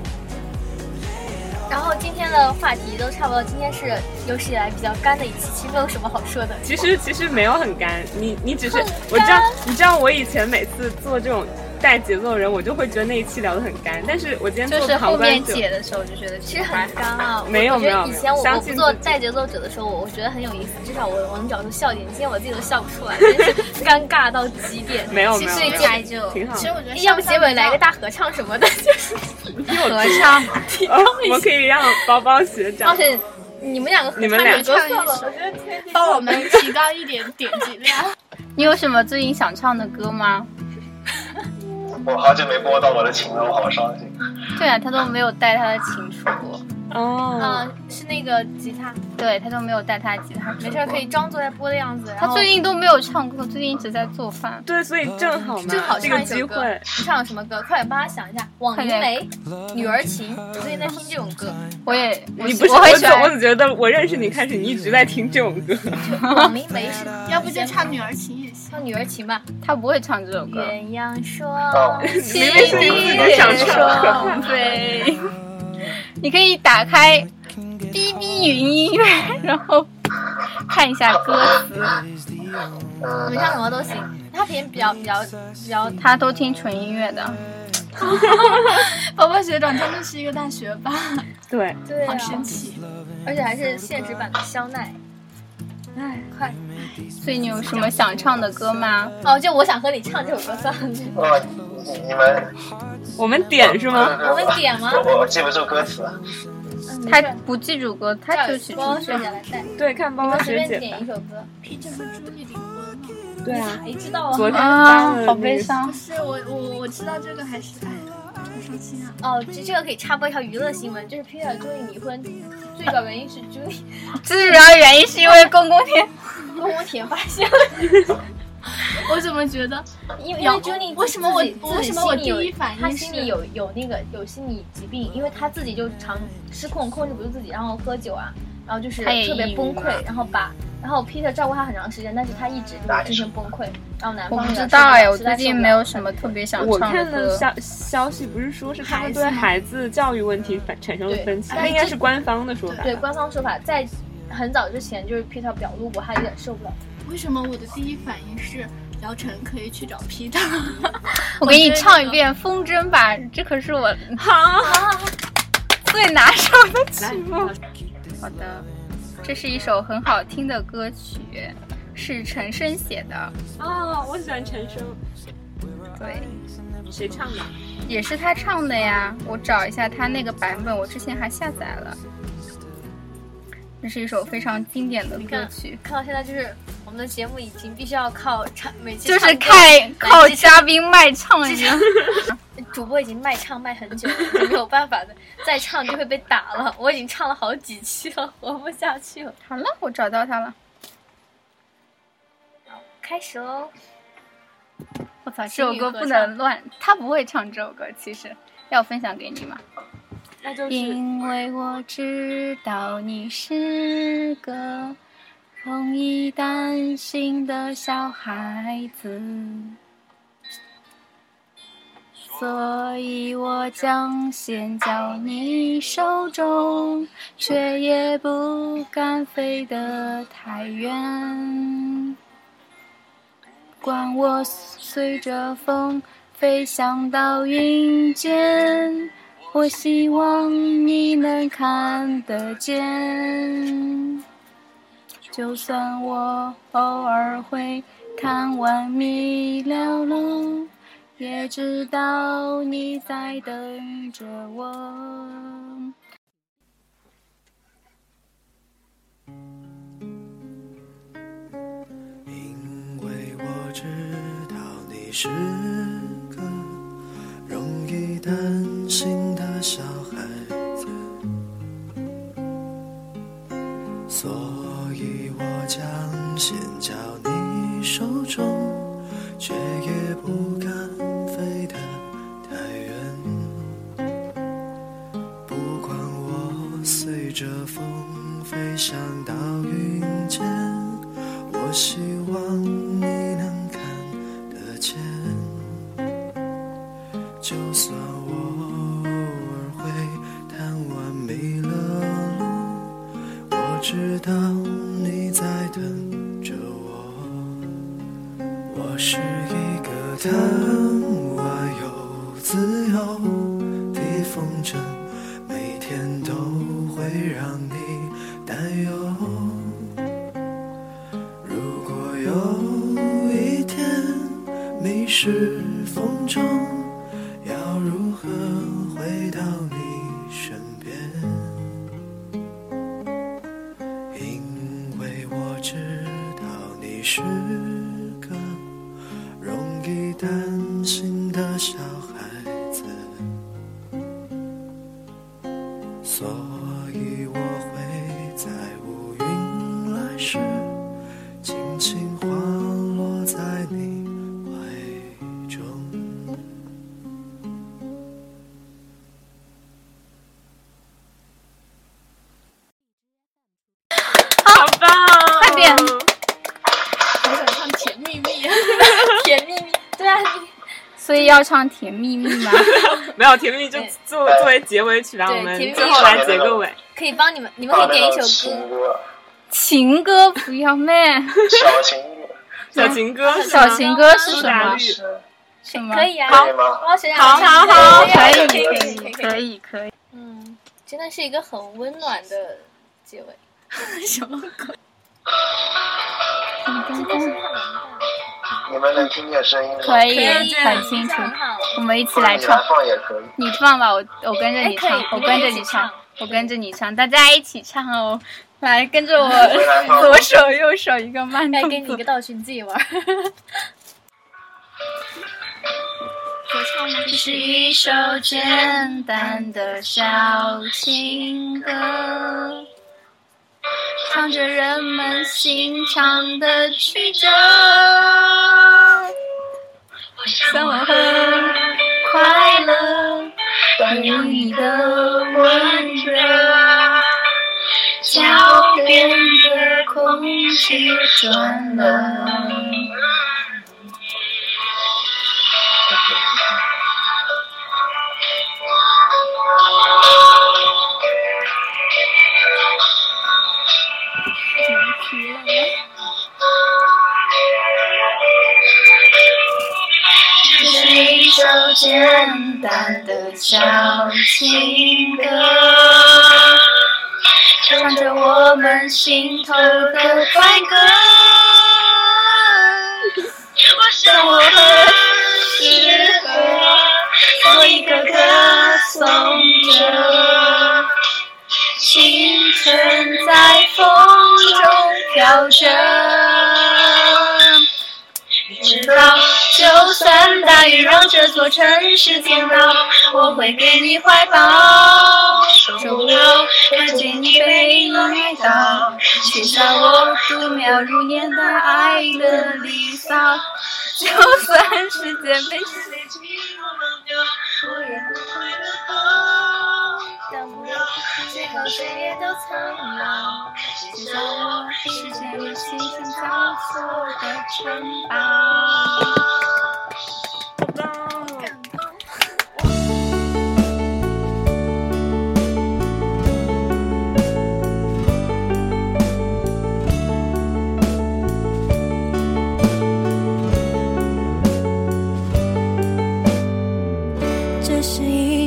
C: lay it all.
E: 然后今天的话题都差不多，今天是有史以来比较干的一期，其实没有什么好说的。
D: 其实其实没有很干，你你只是我知道，你知道我以前每次做这种带节奏的人，我就会觉得那一期聊得很干，但是我今天
F: 就
D: 做
F: 是
D: 旁
F: 后
D: 观
F: 面
D: 者，
F: 解的时候就觉得
E: 其
F: 其
E: 实很干啊，我
D: 没有
E: 我觉
D: 没有
E: 得以前我
D: 相
E: 我
D: 信
E: 不做
D: 自己
E: 带节奏者的时候，我我觉得很有意思，至少我我能找出笑点。今天我自己都笑不出来， 真是尴尬到极点。
D: 没有
E: 其
D: 没
E: 实最
D: 有没有
E: 近还就
D: 挺好
B: 其实我觉得，
E: 要不结尾来个，大合唱什么的， 就是
F: 合唱，
D: 哦我们可以让包包学
E: 而
D: 长，
E: 且哦你们两个
D: 你们俩
E: 唱歌算了，
B: 唱
E: 我觉得天天
B: 帮我们提高一点点击 量。
F: 你有什么最近想唱的歌吗？
G: 我好久没播到我的琴了，我好伤心。
F: 对啊，他都没有带他的琴出国，
D: 哦，
E: 啊是那个吉他，
F: 对他都没有带他吉他出国。
E: 没事儿可以装作在播的样子。然
F: 他
E: 后
F: 最近都没有唱歌，最近一直在做饭。
D: 对，所以正好嘛，
E: 正好
D: 这个
E: 唱一
D: 机
E: 首歌
D: 会，，
E: 你唱什么歌？快点帮他想一下，《网云梅》《女儿情》，我最近在听这种 歌，
F: 我也，我
D: 你不是
F: 我
D: 我
F: 会喜
D: 总我
F: 欢
D: 总觉得我认识你开始，你一直在听这种歌，
E: 《网云梅》是
B: 要不就唱《女儿情》也行。
E: 唱《女儿情》吧。
F: 他不会唱这首歌。
E: 鸳鸯
I: 哦
E: 双，
D: 明明是你自己想唱，
F: 双飞，你可以打开哔哔云音乐，然后看一下歌词，
E: 你
I: 嗯
E: 们，唱什么都行。他平时比较比较比较，
F: 他都听纯音乐的。
B: 宝宝
D: 哎
B: 学长真的是一个大学霸，
D: 对，
E: 对啊
B: 好，神奇。
E: 而且还是现实版的肖奈。哎，快
F: 所以你有什么想唱的歌吗？
E: 哦！就我想和你唱这首歌算了，
G: 嗯
I: 哇，你你们
D: 我们点是吗？
I: 对对
E: 我们点吗
I: 我我我记不住歌词，
F: 他不记住歌，他就
E: 叫
F: 是
E: 帮我
F: 只
E: 学
F: 是
E: 姐来带，
D: 对，看包包
E: 随
D: 学
E: 便
D: 姐
E: 点一首歌。
B: P 这不是朱丽玲吗？
D: 吧。对啊，
E: 谁知道
D: 昨
E: 啊？
D: 天发
F: 啊
D: 了，
F: 好
D: 那
F: 悲
D: 个
F: 伤
B: 不。是我我我知道这个还是哎，好伤心啊！
E: 哦，这这个可以插播一条娱乐新闻，就是 Peter 朱莉离婚，最主要原因是朱莉
F: 最主要原因是因为公公天，
E: 公公铁发现，
B: 我怎么觉得
E: 因为因
B: 有
E: 为朱莉
B: 为什么我
E: 自己
B: 我为什么我
E: 自己心里有
B: 第一反应
E: 她心
B: 是
E: 里有有那个有心理疾病，因为她自己就常失控，控制不住自己，然后喝酒啊，然后就是
F: 她也
E: 特别
F: 抑郁
E: 崩
F: 嘛
E: 溃，然后把。然后 Peter 照顾她很长时间，但是她一直就是精神崩溃，然后男
F: 我
E: 方
F: 不
E: 有点
F: 知道哎，
E: 受不了
F: 我最近没有什么特。别
E: 啊
F: 想
D: 我
F: 唱的
D: 看的
F: 歌。
D: 消消息不是说是他们对
B: 孩子吗
D: 孩子教育问题反产生了
E: 对
D: 分歧，
E: 但
D: 那应该
E: 这
D: 是官方的说
E: 实
D: 法
E: 在受不了对，官方说法在很早之前就是 Peter 表露过，他有点受不了。
B: 为什么我的第一反应是姚晨可以去找 Peter？
F: 我给你唱一遍《风筝吧》，这可是我
D: 好，
F: 最拿手的曲目。好的，这是一首很好听的歌曲，是陈升写的，
D: 啊，我喜欢陈升，
F: 对，
D: 谁唱的？
F: 也是他唱的呀。我找一下他那个版本，我之前还下载了。这是一首非常经典的歌曲，
E: 看到现在就是我们的节目已经必须要靠 唱，每期
F: 就是
E: 唱歌
F: 靠靠嘉宾卖唱一样。
E: 主播已经卖唱卖很久了，已经没有办法的，再唱就会被打了。我已经唱了好几期了，活不下去了。
F: 好了，我找到他了。
E: 开始喽！
F: 我操，这首歌不能乱，他不会唱这首歌，其实要分享给你吗？
D: 那
E: 嗯
D: 就是
F: 因为我知道你是个容易担心的小孩子，所以我将衔叫你手中，却也不敢飞得太远。管我随着风飞翔到云间。我希望你能看得见，就算我偶尔会贪玩迷了路，也知道你在等着我。
J: 因为我知道你是个容易担心的小孩子，所以我将先交你手中，却也不敢飞得太远。不管我随着风飞翔到云间。我希望你能看得见，就算我偶尔会贪玩迷了路，我知道你在等着我。我是一个贪玩又自由的风筝，每天都会让你担忧。如果有一天迷失风中，要如何回到你身边？因为我知道你是个容易担心的小孩子，所以我会在乌云来时。轻轻滑落在你怀中。
D: 好棒，快
F: 点
B: 好想唱《甜蜜蜜》
J: 啊
F: 所以要唱《甜蜜蜜》吗？
D: 没有《甜蜜蜜》就作作为结尾曲吧，
J: 对
D: 我们
J: 甜蜜蜜
D: 最后来结个尾。
J: 可以帮你们，你们可
G: 放
J: 以点
G: 那
J: 一
G: 种
J: 首
G: 情
J: 歌，
G: 歌，
F: 情歌不要慢，
G: 小情歌
D: 小情歌
F: 小情歌是
D: 是吗苏
F: 什
D: 打
F: 么
D: 绿？
G: 是
F: 什么？
J: 可以啊。
G: 可以吗？
J: 帮学长，
D: 好好好
J: 可以
G: 可以
J: 可以可以可以，
F: 可以可以。
J: 嗯，真的是一个很温暖的结尾。
G: 你们能听见声 音吗？
F: 可以
J: 可以，
F: 很清楚
J: 这样。很好。
F: 我们一起
G: 或者
F: 来
G: 你
F: 唱
G: 来，放也可以。
F: 你放吧，我我跟着
J: 哎
F: 你
J: 可以
F: 唱，我
J: 你们
F: 跟着
J: 一起
F: 你
J: 唱
F: 唱，我跟着你唱，大家一起唱哦，来跟着我
G: 回来放
F: 左手右手哎一个慢
J: 来
F: 动
J: 给你一
F: 作
J: 个，道具，你自己玩。
F: 这是一首简单的小情歌，唱着人们心肠的曲折。我想我很快乐，关于你的温热，脚边的空气转了。
H: 这是一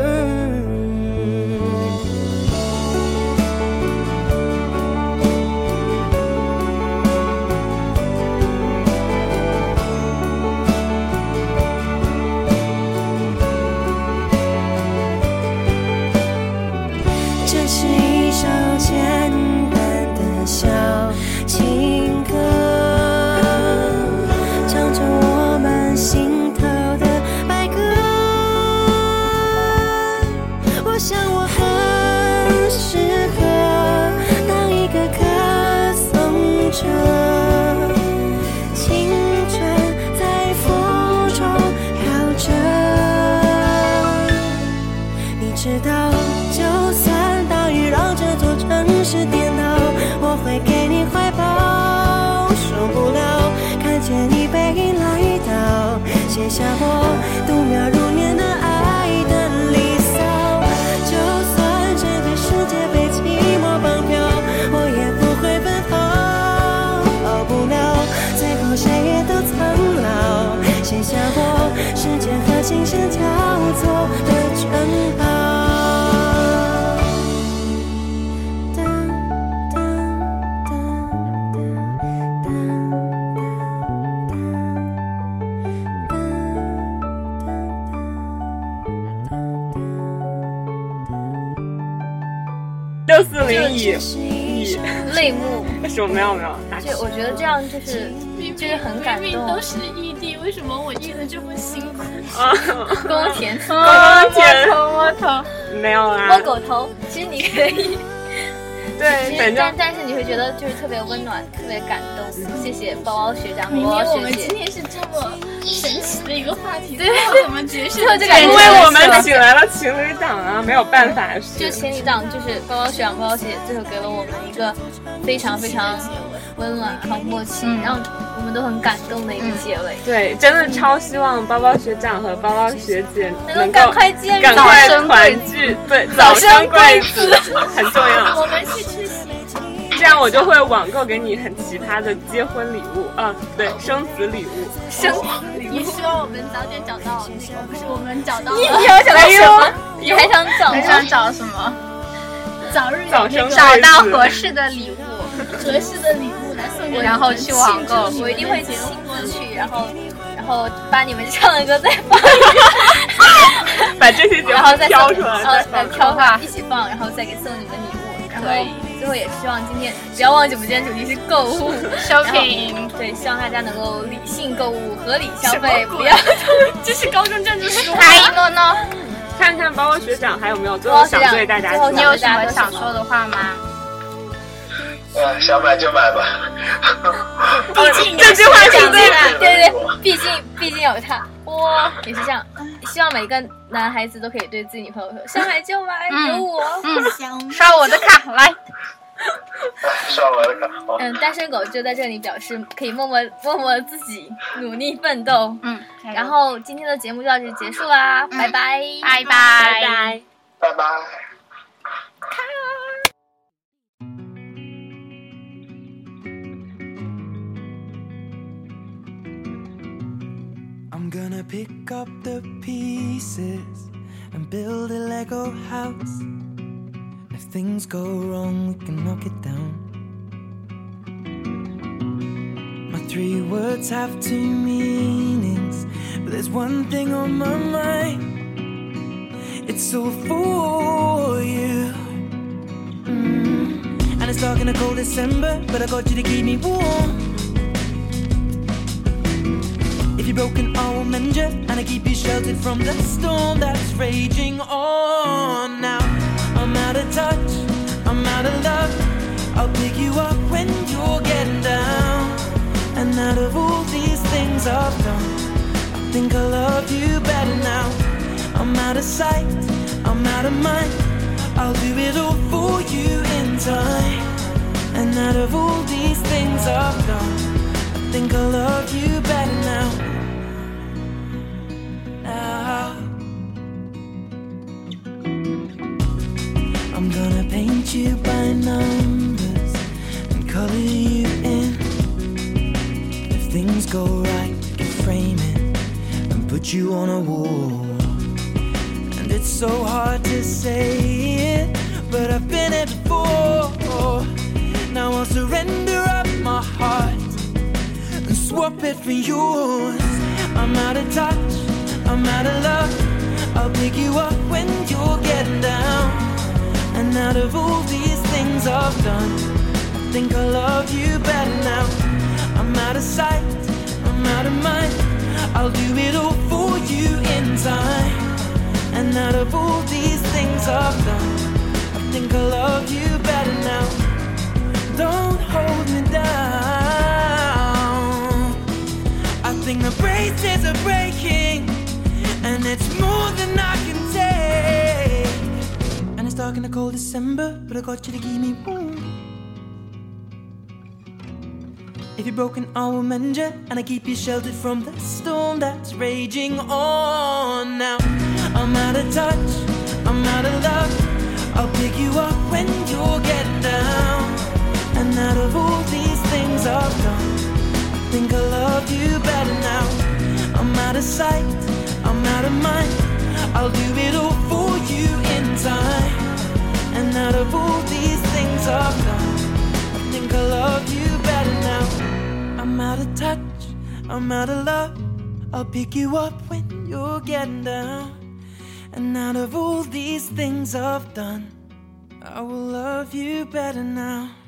H: 嗯这是一首简单的小情歌，唱着我们心头的白鸽。我想我很适合当一个歌颂者，青春在风中飘着。你知道，就算大雨让这座城市颠倒，我会给你怀抱。受不了看见你背影来到，写下我度秒如年的爱的离骚。就算整个世界被寂寞绑票，我也不会奔跑。跑不了，最后谁也都苍老，写下我时间和琴声交错的城堡。哒哒哒哒哒哒
D: 六四零以
H: 这是一首
J: 泪目，
D: 什么没有没有，还
E: 这我觉得这样就是就是很感
B: 明明
E: 动
B: 都。是异地，为什么我译的这么辛苦？
D: 啊，
E: 公 田
B: 嗯
D: 刚剪
F: 摸头，
D: 没有啦
E: 摸，狗头，其实你 可以，其
D: 对，
E: 实但
D: 反正
E: 但是你会觉得就是特别温暖，特别感
B: 嗯
E: 动。谢谢包包学长，
B: 明明
E: 包
B: 我
E: 包
B: 们
E: 学
B: 今
E: 姐，
B: 天是这么神奇的一个话题，最后怎么决
E: 最后
B: 胜？
E: 就感觉
D: 因为我们请来了情侣档啊，没有办法。
E: 就是情侣档，就是包包学长、包包学姐，最后给了我们一个非常非常温暖，然后默契，
B: 嗯
E: 然后我们都很感动的一个结尾。
D: 对，真的超希望包包学长和包包学姐
E: 够
D: 能
E: 赶快见面
D: 赶快团聚，对，早生贵子很重 要。
B: 我们是去西
D: 这样我就会网购给你很奇葩的结婚礼物啊，对，生子礼物。
B: 你希望我们早点找到那个，不是我们找到
E: 你
B: 了
E: 还想到什
D: 哎
E: 么？你还想找
F: 很
E: 吗
F: 想？找什么？
B: 早日
D: 早
B: 有
D: 生贵子
F: 找到合适的礼物，
B: 合适的礼物来送给你们，
F: 然后去网购
B: 庆祝你们
E: 我一定会
B: 结
E: 亲
B: 婚
E: 自去，然后然后把你们唱的歌再放，
D: 把这些节
E: 然后
D: 目
E: 再
D: 挑
E: 送，
D: 出来，
E: 然后
D: 再
E: 再
D: 放
E: 挑
F: 出来
E: 一起放，然后再给送你们礼物。然后
F: 可以
E: 最后也希望今天不要忘记我们今天主题是购物
F: shopping，
E: 对，希望大家能够理性购物，合理消费，不要
B: 这是高中 政治书吗？
F: 阿姨诺诺，
D: 看看包包学长还有没有最后想对大家
E: 包
D: 说
E: 包学长
F: 你
E: 最
D: 的
E: 后
F: 有什么想说的话吗？
G: 呃，想买就买吧。
D: 这句话是对的。
E: 对对对，毕竟毕竟有他，哇，也是这样。希望每个男孩子都可以对自己女朋友说：“想买就买，
F: 嗯
E: 有我。”
F: 嗯，刷我的卡来，
G: 刷我的卡，好，
E: 嗯，单身狗就在这里表示可以默默默默自己努力奋斗。
F: 嗯，
E: 然后今天的节目就到这里结束啦，嗯拜拜，
F: 拜
D: 拜
F: 拜。
D: 拜。
G: 拜拜。
C: I'm gonna pick up the pieces and build a Lego house. If things go wrong, we can knock it down. My three words have two meanings, but there's one thing on my mind. It's all for you. Mm. And it's dark in a cold December, but I got you to keep me warm. If you're broken, I will mend you, and I keep you sheltered from the storm that's raging on. Now I'm out of touch, I'm out of love. I'll pick you up when you're getting down. And out of all these things I've done, I think I love you better now. I'm out of sight, I'm out of mind. I'll do it all for you in time. And out of all these things I've done think I love you better now. Now I'm gonna paint you by numbers and color you in. If things go right, we can frame it and put you on a wall. And it's so hard to say it, but I've been it before. Now I'll surrender up my heart and swap it for yours. I'm out of touch, I'm out of love. I'll pick you up when you're getting down. And out of all these things I've done, I think I love you better now. I'm out of sight, I'm out of mind. I'll do it all for you in time. And out of all these things I've done, I think I love you better now. Don't hold me down. I think the braces are breaking, and it's more than I can take. And it's dark in a cold December, but I got you to keep me warm. If you're broken, I will mend you, and I keep you sheltered from the storm that's raging on. Now I'm out of touch, I'm out of love. I'll pick you up when you're getting down. And out of all these things I've done, I think I love you better now. I'm out of sight, I'm out of mind. I'll do it all for you in time. And out of all these things I've done, I think I love you better now. I'm out of touch, I'm out of love. I'll pick you up when you're getting down. And out of all these things I've done, I will love you better now.